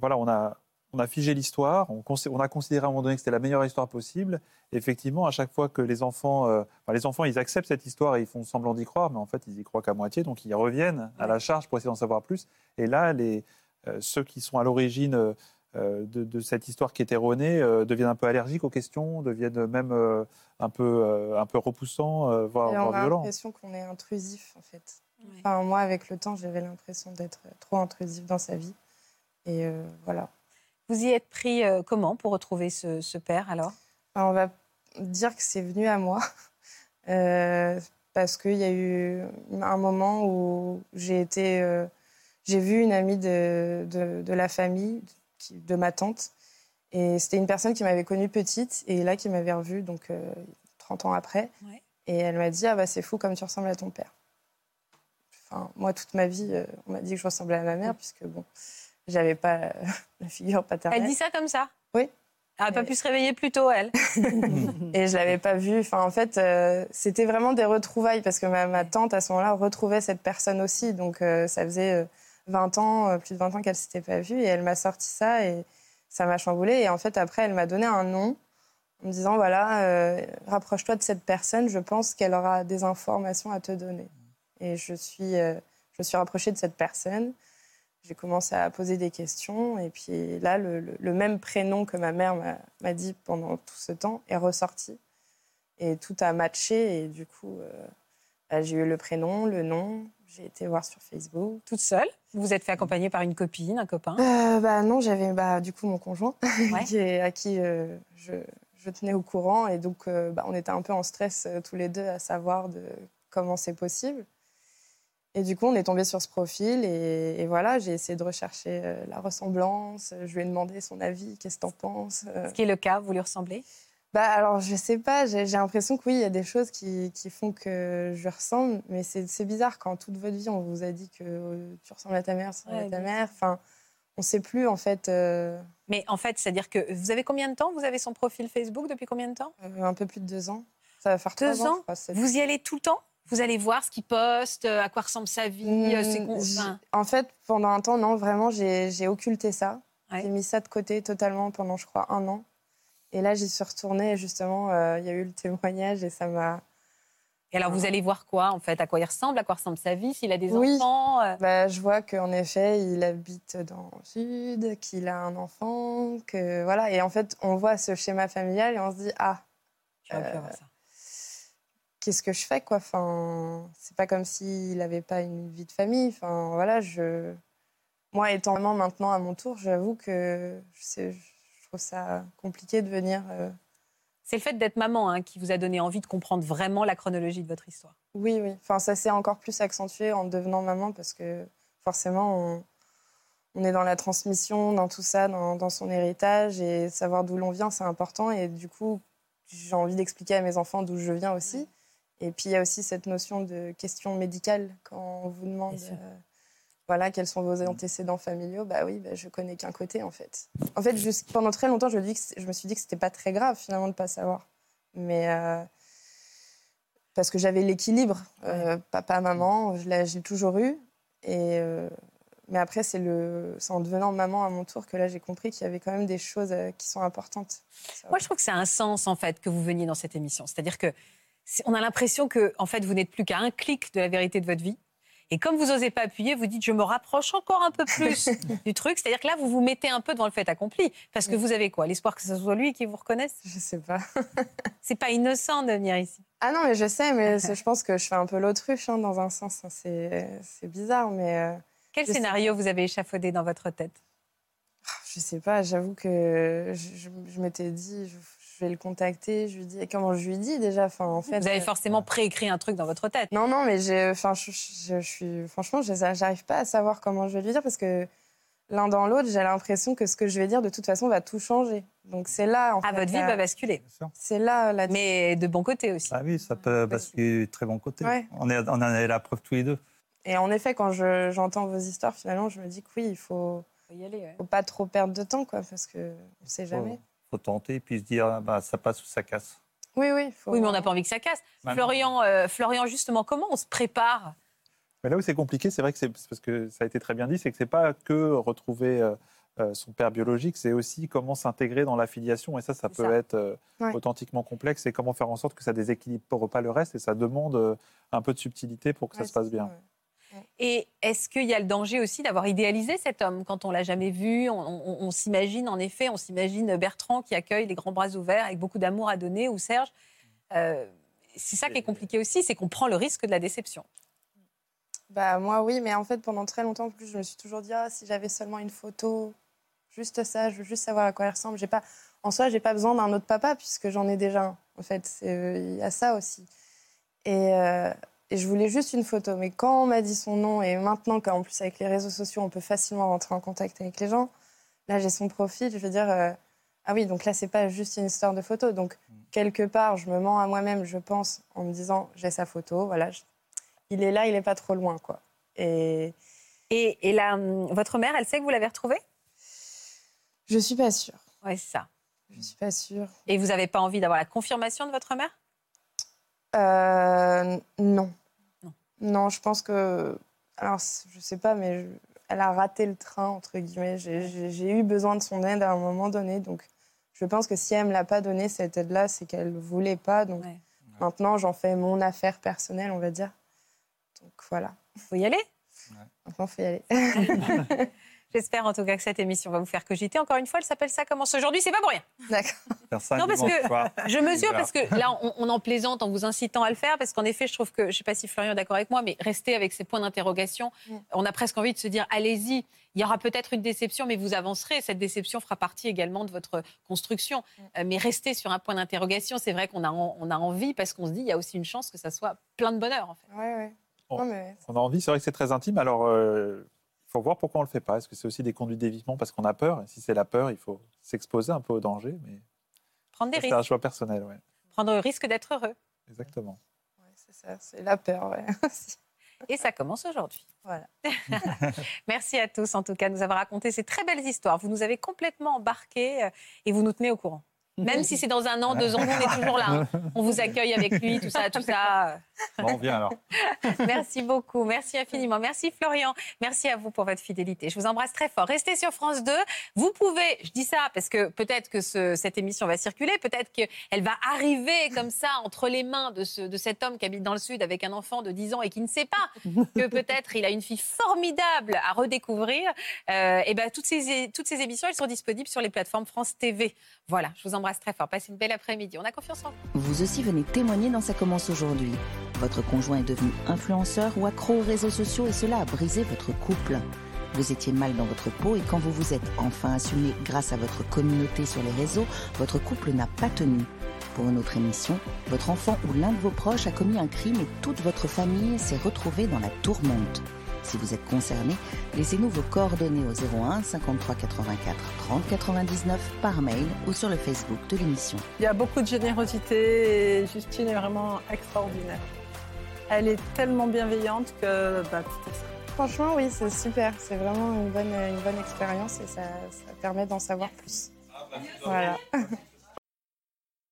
voilà, on a, on a figé l'histoire, on, consi- on a considéré à un moment donné que c'était la meilleure histoire possible. Et effectivement, à chaque fois que les enfants, euh, enfin, les enfants, ils acceptent cette histoire et ils font semblant d'y croire, mais en fait, ils y croient qu'à moitié, donc ils reviennent à la charge pour essayer d'en savoir plus. Et là, les, euh, ceux qui sont à l'origine euh, euh, de, de cette histoire qui est erronée euh, deviennent un peu allergiques aux questions, deviennent même euh, un peu, euh, un peu repoussants, euh, voire,
Et
voire
on a
violents.
l'impression qu'on est intrusif, en fait. Enfin, moi, avec le temps, j'avais l'impression d'être trop intrusif dans sa vie. Et euh, voilà.
Vous y êtes pris euh, comment pour retrouver ce, ce père alors
Enfin, Ah, on va dire que c'est venu à moi. Euh, parce qu'il y a eu un moment où j'ai été. euh, j'ai vu une amie de, de- de la famille, qui- de ma tante. Et c'était une personne qui m'avait connue petite et là qui m'avait revue, donc euh, 30 ans après.
Ouais.
Et elle m'a dit Ah bah c'est fou comme tu ressembles à ton père. Enfin, moi, toute ma vie, euh, on m'a dit que je ressemblais à ma mère, puisque bon, j'avais pas euh, la figure paternelle.
Elle dit ça comme ça
Oui.
Elle n'a pas
Mais-
pu se réveiller plus tôt, elle.
Et je l'avais pas vue. Enfin, en fait, euh, c'était vraiment des retrouvailles parce que ma, ma tante, à ce moment-là, retrouvait cette personne aussi. Donc, euh, ça faisait euh, 20 ans, euh, plus de 20 ans qu'elle s'était pas vue. Et elle m'a sorti ça et ça m'a chamboulée. Et en fait, après, elle m'a donné un nom en me disant, voilà, euh, rapproche-toi de cette personne. Je pense qu'elle aura des informations à te donner. Et je suis, euh, je me suis rapprochée de cette personne. J'ai commencé à poser des questions. Et puis là, le, le- le même prénom que ma mère m'a- m'a dit pendant tout ce temps est ressorti. Et tout a matché. Et du coup, euh, bah, j'ai eu le prénom, le nom. J'ai été voir sur Facebook.
Toute seule Vous vous êtes fait accompagner par une copine, un copain
Euh, bah non, j'avais bah, du coup mon conjoint
Ouais.
qui est- à qui euh, je, je tenais au courant. Et donc, euh, bah, on était un peu en stress euh, tous les deux à savoir de comment c'est possible. Et du coup, on est tombé sur ce profil. Et, et voilà, j'ai essayé de rechercher euh, la ressemblance. Je lui ai demandé son avis, qu'est-ce que t'en penses Euh,
Ce qui est le cas, vous lui ressemblez
bah alors, je sais pas, j'ai j'ai l'impression que oui, il y a des choses qui, qui font que je lui ressemble, mais c'est c'est bizarre quand toute votre vie on vous a dit que euh, tu ressembles à ta mère, tu ressembles
Ouais,
à
bien
ta mère. Enfin, on sait plus en fait euh,
Mais en fait, c'est-à-dire que vous avez combien de temps Vous avez son profil Facebook depuis combien de temps
euh, un peu plus de deux ans. Ça va faire
Deux
trois
ans
je crois, cette-
Vous y allez tout le temps Vous allez voir ce qu'il poste, euh, à quoi ressemble sa vie, euh, ses
Hmm,
con-
j'-
enfin,
En fait, pendant un temps, non, vraiment, j'ai j'ai occulté ça.
Ouais.
J'ai mis ça de côté totalement pendant, je crois, un an. Et là, j'y suis retournée et justement, euh, il y a eu le témoignage et ça m'a.
Et alors, vous allez voir quoi, en fait À quoi il ressemble À quoi ressemble sa vie S'il a des
Oui.
enfants euh,
Bah, je vois qu'en effet, il habite dans le sud, qu'il a un enfant, que voilà. Et en fait, on voit ce schéma familial et on se dit ah,
j'aurais pu
Euh,
avoir ça.
qu'est-ce que je fais quoi Enfin, c'est pas comme s'il n'avait pas une vie de famille. Enfin, voilà, je, moi étant maman maintenant à mon tour, j'avoue que je, sais- je trouve ça compliqué de venir. euh,
C'est le fait d'être maman hein, qui vous a donné envie de comprendre vraiment la chronologie de votre histoire.
Oui, oui. Enfin, ça s'est encore plus accentué en devenant maman parce que forcément, on, on est dans la transmission, dans tout ça, dans, dans son héritage et savoir d'où l'on vient, c'est important. Et du coup, j'ai envie d'expliquer à mes enfants d'où je viens aussi. Et puis, il y a aussi cette notion de question médicale quand on vous demande.
Bien sûr.
euh, voilà, quels sont vos antécédents familiaux Bah oui, bah, je connais qu'un côté en fait. En fait, jusqu'- pendant très longtemps, je, dis que c'est- je me suis dit que c'était pas très grave finalement de pas savoir. Mais euh, parce que j'avais l'équilibre, euh, papa, maman, je l'ai je l'ai toujours eu. Et euh, mais après, c'est le, c'est en devenant maman à mon tour que là, j'ai compris qu'il y avait quand même des choses euh, qui sont importantes. Ça va.
Moi, je trouve que ça a un sens, en fait, que vous veniez dans cette émission. C'est-à-dire que c'est- on a l'impression que, en fait, vous n'êtes plus qu'à un clic de la vérité de votre vie. Et comme vous n'osez pas appuyer, vous dites je me rapproche encore un peu plus du truc. C'est-à-dire que là, vous vous mettez un peu devant le fait accompli. Parce que vous avez quoi L'espoir que ce soit lui qui vous reconnaisse
Je sais pas.
C'est pas innocent de venir ici.
Ah non, mais je sais, mais c'est- je pense que je fais un peu l'autruche hein, dans un sens. hein. C'est, c'est bizarre, mais euh,
Quel
Je sais.
scénario vous avez échafaudé dans votre tête
je sais pas. J'avoue que je, je- je m'étais dit, je, je vais le contacter. Je lui dis comment je lui dis déjà. Enfin, en fait,
Vous avez
euh,
forcément préécrit un truc dans votre tête.
Non, non, mais j'ai, enfin, je, je- je suis, franchement, je- j'arrive pas à savoir comment je vais lui dire parce que l'un dans l'autre, j'ai l'impression que ce que je vais dire de toute façon va tout changer. Donc c'est là, en
Ah,
fait,
votre vie
la-
va basculer.
bien sûr.
c'est là la.
Mais de bon côté aussi.
Ah oui, ça peut basculer très bon côté.
Ouais.
On, est, on en a la preuve tous les deux.
Et en effet, quand je- j'entends vos histoires, finalement, je me dis que oui, il faut,
Faut y aller, ouais.
faut pas trop perdre de temps, quoi, parce que on sait jamais.
Faut, faut tenter puis se dire ah, bah, ça passe ou ça casse.
Oui, oui. Faut...
Oui, mais on n'a pas envie que ça casse.
Bah, non.
Florian, euh, Florian, justement, comment on se prépare
Mais là où c'est compliqué, c'est vrai que c'est c'est parce que ça a été très bien dit, c'est que c'est pas que retrouver euh, euh, son père biologique, c'est aussi comment s'intégrer dans l'affiliation. Et ça, ça
C'est
peut
ça.
être euh,
Ouais.
authentiquement complexe. Et comment faire en sorte que ça déséquilibre pas le reste. Et ça demande euh, un peu de subtilité pour que ça
Ouais,
se passe
c'est
bien.
ouais.
Et est-ce qu'il y a le danger aussi d'avoir idéalisé cet homme quand on l'a jamais vu On, on- on s'imagine en effet, on s'imagine Bertrand qui accueille les grands bras ouverts avec beaucoup d'amour à donner ou Serge. Euh, c'est ça qui est compliqué aussi, c'est qu'on prend le risque de la déception.
Bah moi oui, mais en fait pendant très longtemps en plus je me suis toujours dit ah, si j'avais seulement une photo, juste ça, je veux juste savoir à quoi elle ressemble. J'ai pas, en soi j'ai pas besoin d'un autre papa puisque j'en ai déjà un. En fait C'est- euh, il y a ça aussi. Et, euh, et je voulais juste une photo, mais quand on m'a dit son nom et maintenant qu'en plus avec les réseaux sociaux on peut facilement rentrer en contact avec les gens, là j'ai son profil, je veux dire euh, ah oui donc là c'est pas juste une histoire de photo. Donc quelque part je me mens à moi-même, je pense en me disant j'ai sa photo, voilà je- il est là, il est pas trop loin, quoi. Et
Et, et là, hum, votre mère, elle sait que vous l'avez retrouvé
je suis pas sûre.
Oui, c'est ça.
Je suis pas sûre.
Et vous n'avez pas envie d'avoir la confirmation de votre mère
Euh, non.
Non.
Non, je pense que. Alors, c- je sais pas, mais je- elle a raté le train, entre guillemets. J'ai- J'ai j'ai eu besoin de son aide à un moment donné. Donc, je pense que si elle me l'a pas donné, cette aide-là, c'est qu'elle voulait pas. Donc,
Ouais.
maintenant, j'en fais mon affaire personnelle, on va dire. Donc, voilà.
Faut y aller
Maintenant, faut y aller.
J'espère en tout cas que cette émission va vous faire cogiter. Encore une fois, elle s'appelle ça commence aujourd'hui, c'est pas pour rien.
D'accord.
Faire ça
Non, parce
dimanche
que-
soir.
Je mesure
Voilà.
parce que là, on, on en plaisante en vous incitant à le faire, parce qu'en effet, je trouve que, je ne sais pas si Florian est d'accord avec moi, mais rester avec ces points d'interrogation,
Mm.
on a presque envie de se dire, allez-y, il y aura peut-être une déception, mais vous avancerez. Cette déception fera partie également de votre construction. Euh, mais rester sur un point d'interrogation, c'est vrai qu'on a, en- on a envie, parce qu'on se dit, il y a aussi une chance que ça soit plein de bonheur, en fait.
Ouais, ouais.
Bon.
Non, mais
On a envie, c'est vrai que c'est très intime. Alors, euh, il faut voir pourquoi on ne le fait pas. Est-ce que c'est aussi des conduites d'évitement parce qu'on a peur Et si c'est la peur, il faut s'exposer un peu au danger. Mais
Prendre des
ça, c'est
risques,
un choix personnel, ouais.
prendre le risque d'être heureux.
Exactement.
ouais, c'est ça, c'est la peur, ouais.
Et ça commence aujourd'hui.
Voilà.
Merci à tous, en tout cas, de nous avoir raconté ces très belles histoires. Vous nous avez complètement embarqués euh, et vous nous tenez au courant. Même si c'est dans un an, deux ans, nous, on est toujours là. hein. On vous accueille avec lui, tout ça, tout ça.
Bon, on vient alors.
Merci beaucoup, merci infiniment, merci Florian, merci à vous pour votre fidélité. Je vous embrasse très fort. Restez sur France 2. Vous pouvez, je dis ça parce que peut-être que ce- cette émission va circuler, peut-être qu'elle va arriver comme ça entre les mains de, ce- de cet homme qui habite dans le sud avec un enfant de 10 ans et qui ne sait pas que peut-être il a une fille formidable à redécouvrir. et ben toutes ces toutes ces émissions, elles sont disponibles sur les plateformes France TV. Voilà, je vous embrasse très fort. Passez une belle après-midi. On a confiance en vous.
Vous aussi venez témoigner dans Ça commence aujourd'hui. Votre conjoint est devenu influenceur ou accro aux réseaux sociaux et cela a brisé votre couple. Vous étiez mal dans votre peau et quand vous vous êtes enfin assumé grâce à votre communauté sur les réseaux, votre couple n'a pas tenu. Pour une autre émission, votre enfant ou l'un de vos proches a commis un crime et toute votre famille s'est retrouvée dans la tourmente. Si vous êtes concerné, laissez-nous vos coordonnées au 01 53 84 30 99 par mail ou sur le Facebook de l'émission.
Il y a beaucoup de générosité et Justine est vraiment extraordinaire. Elle est tellement bienveillante que bah, c'était ça.
Franchement, oui, c'est super. C'est vraiment une bonne, une bonne expérience et ça, ça permet d'en savoir plus. Voilà.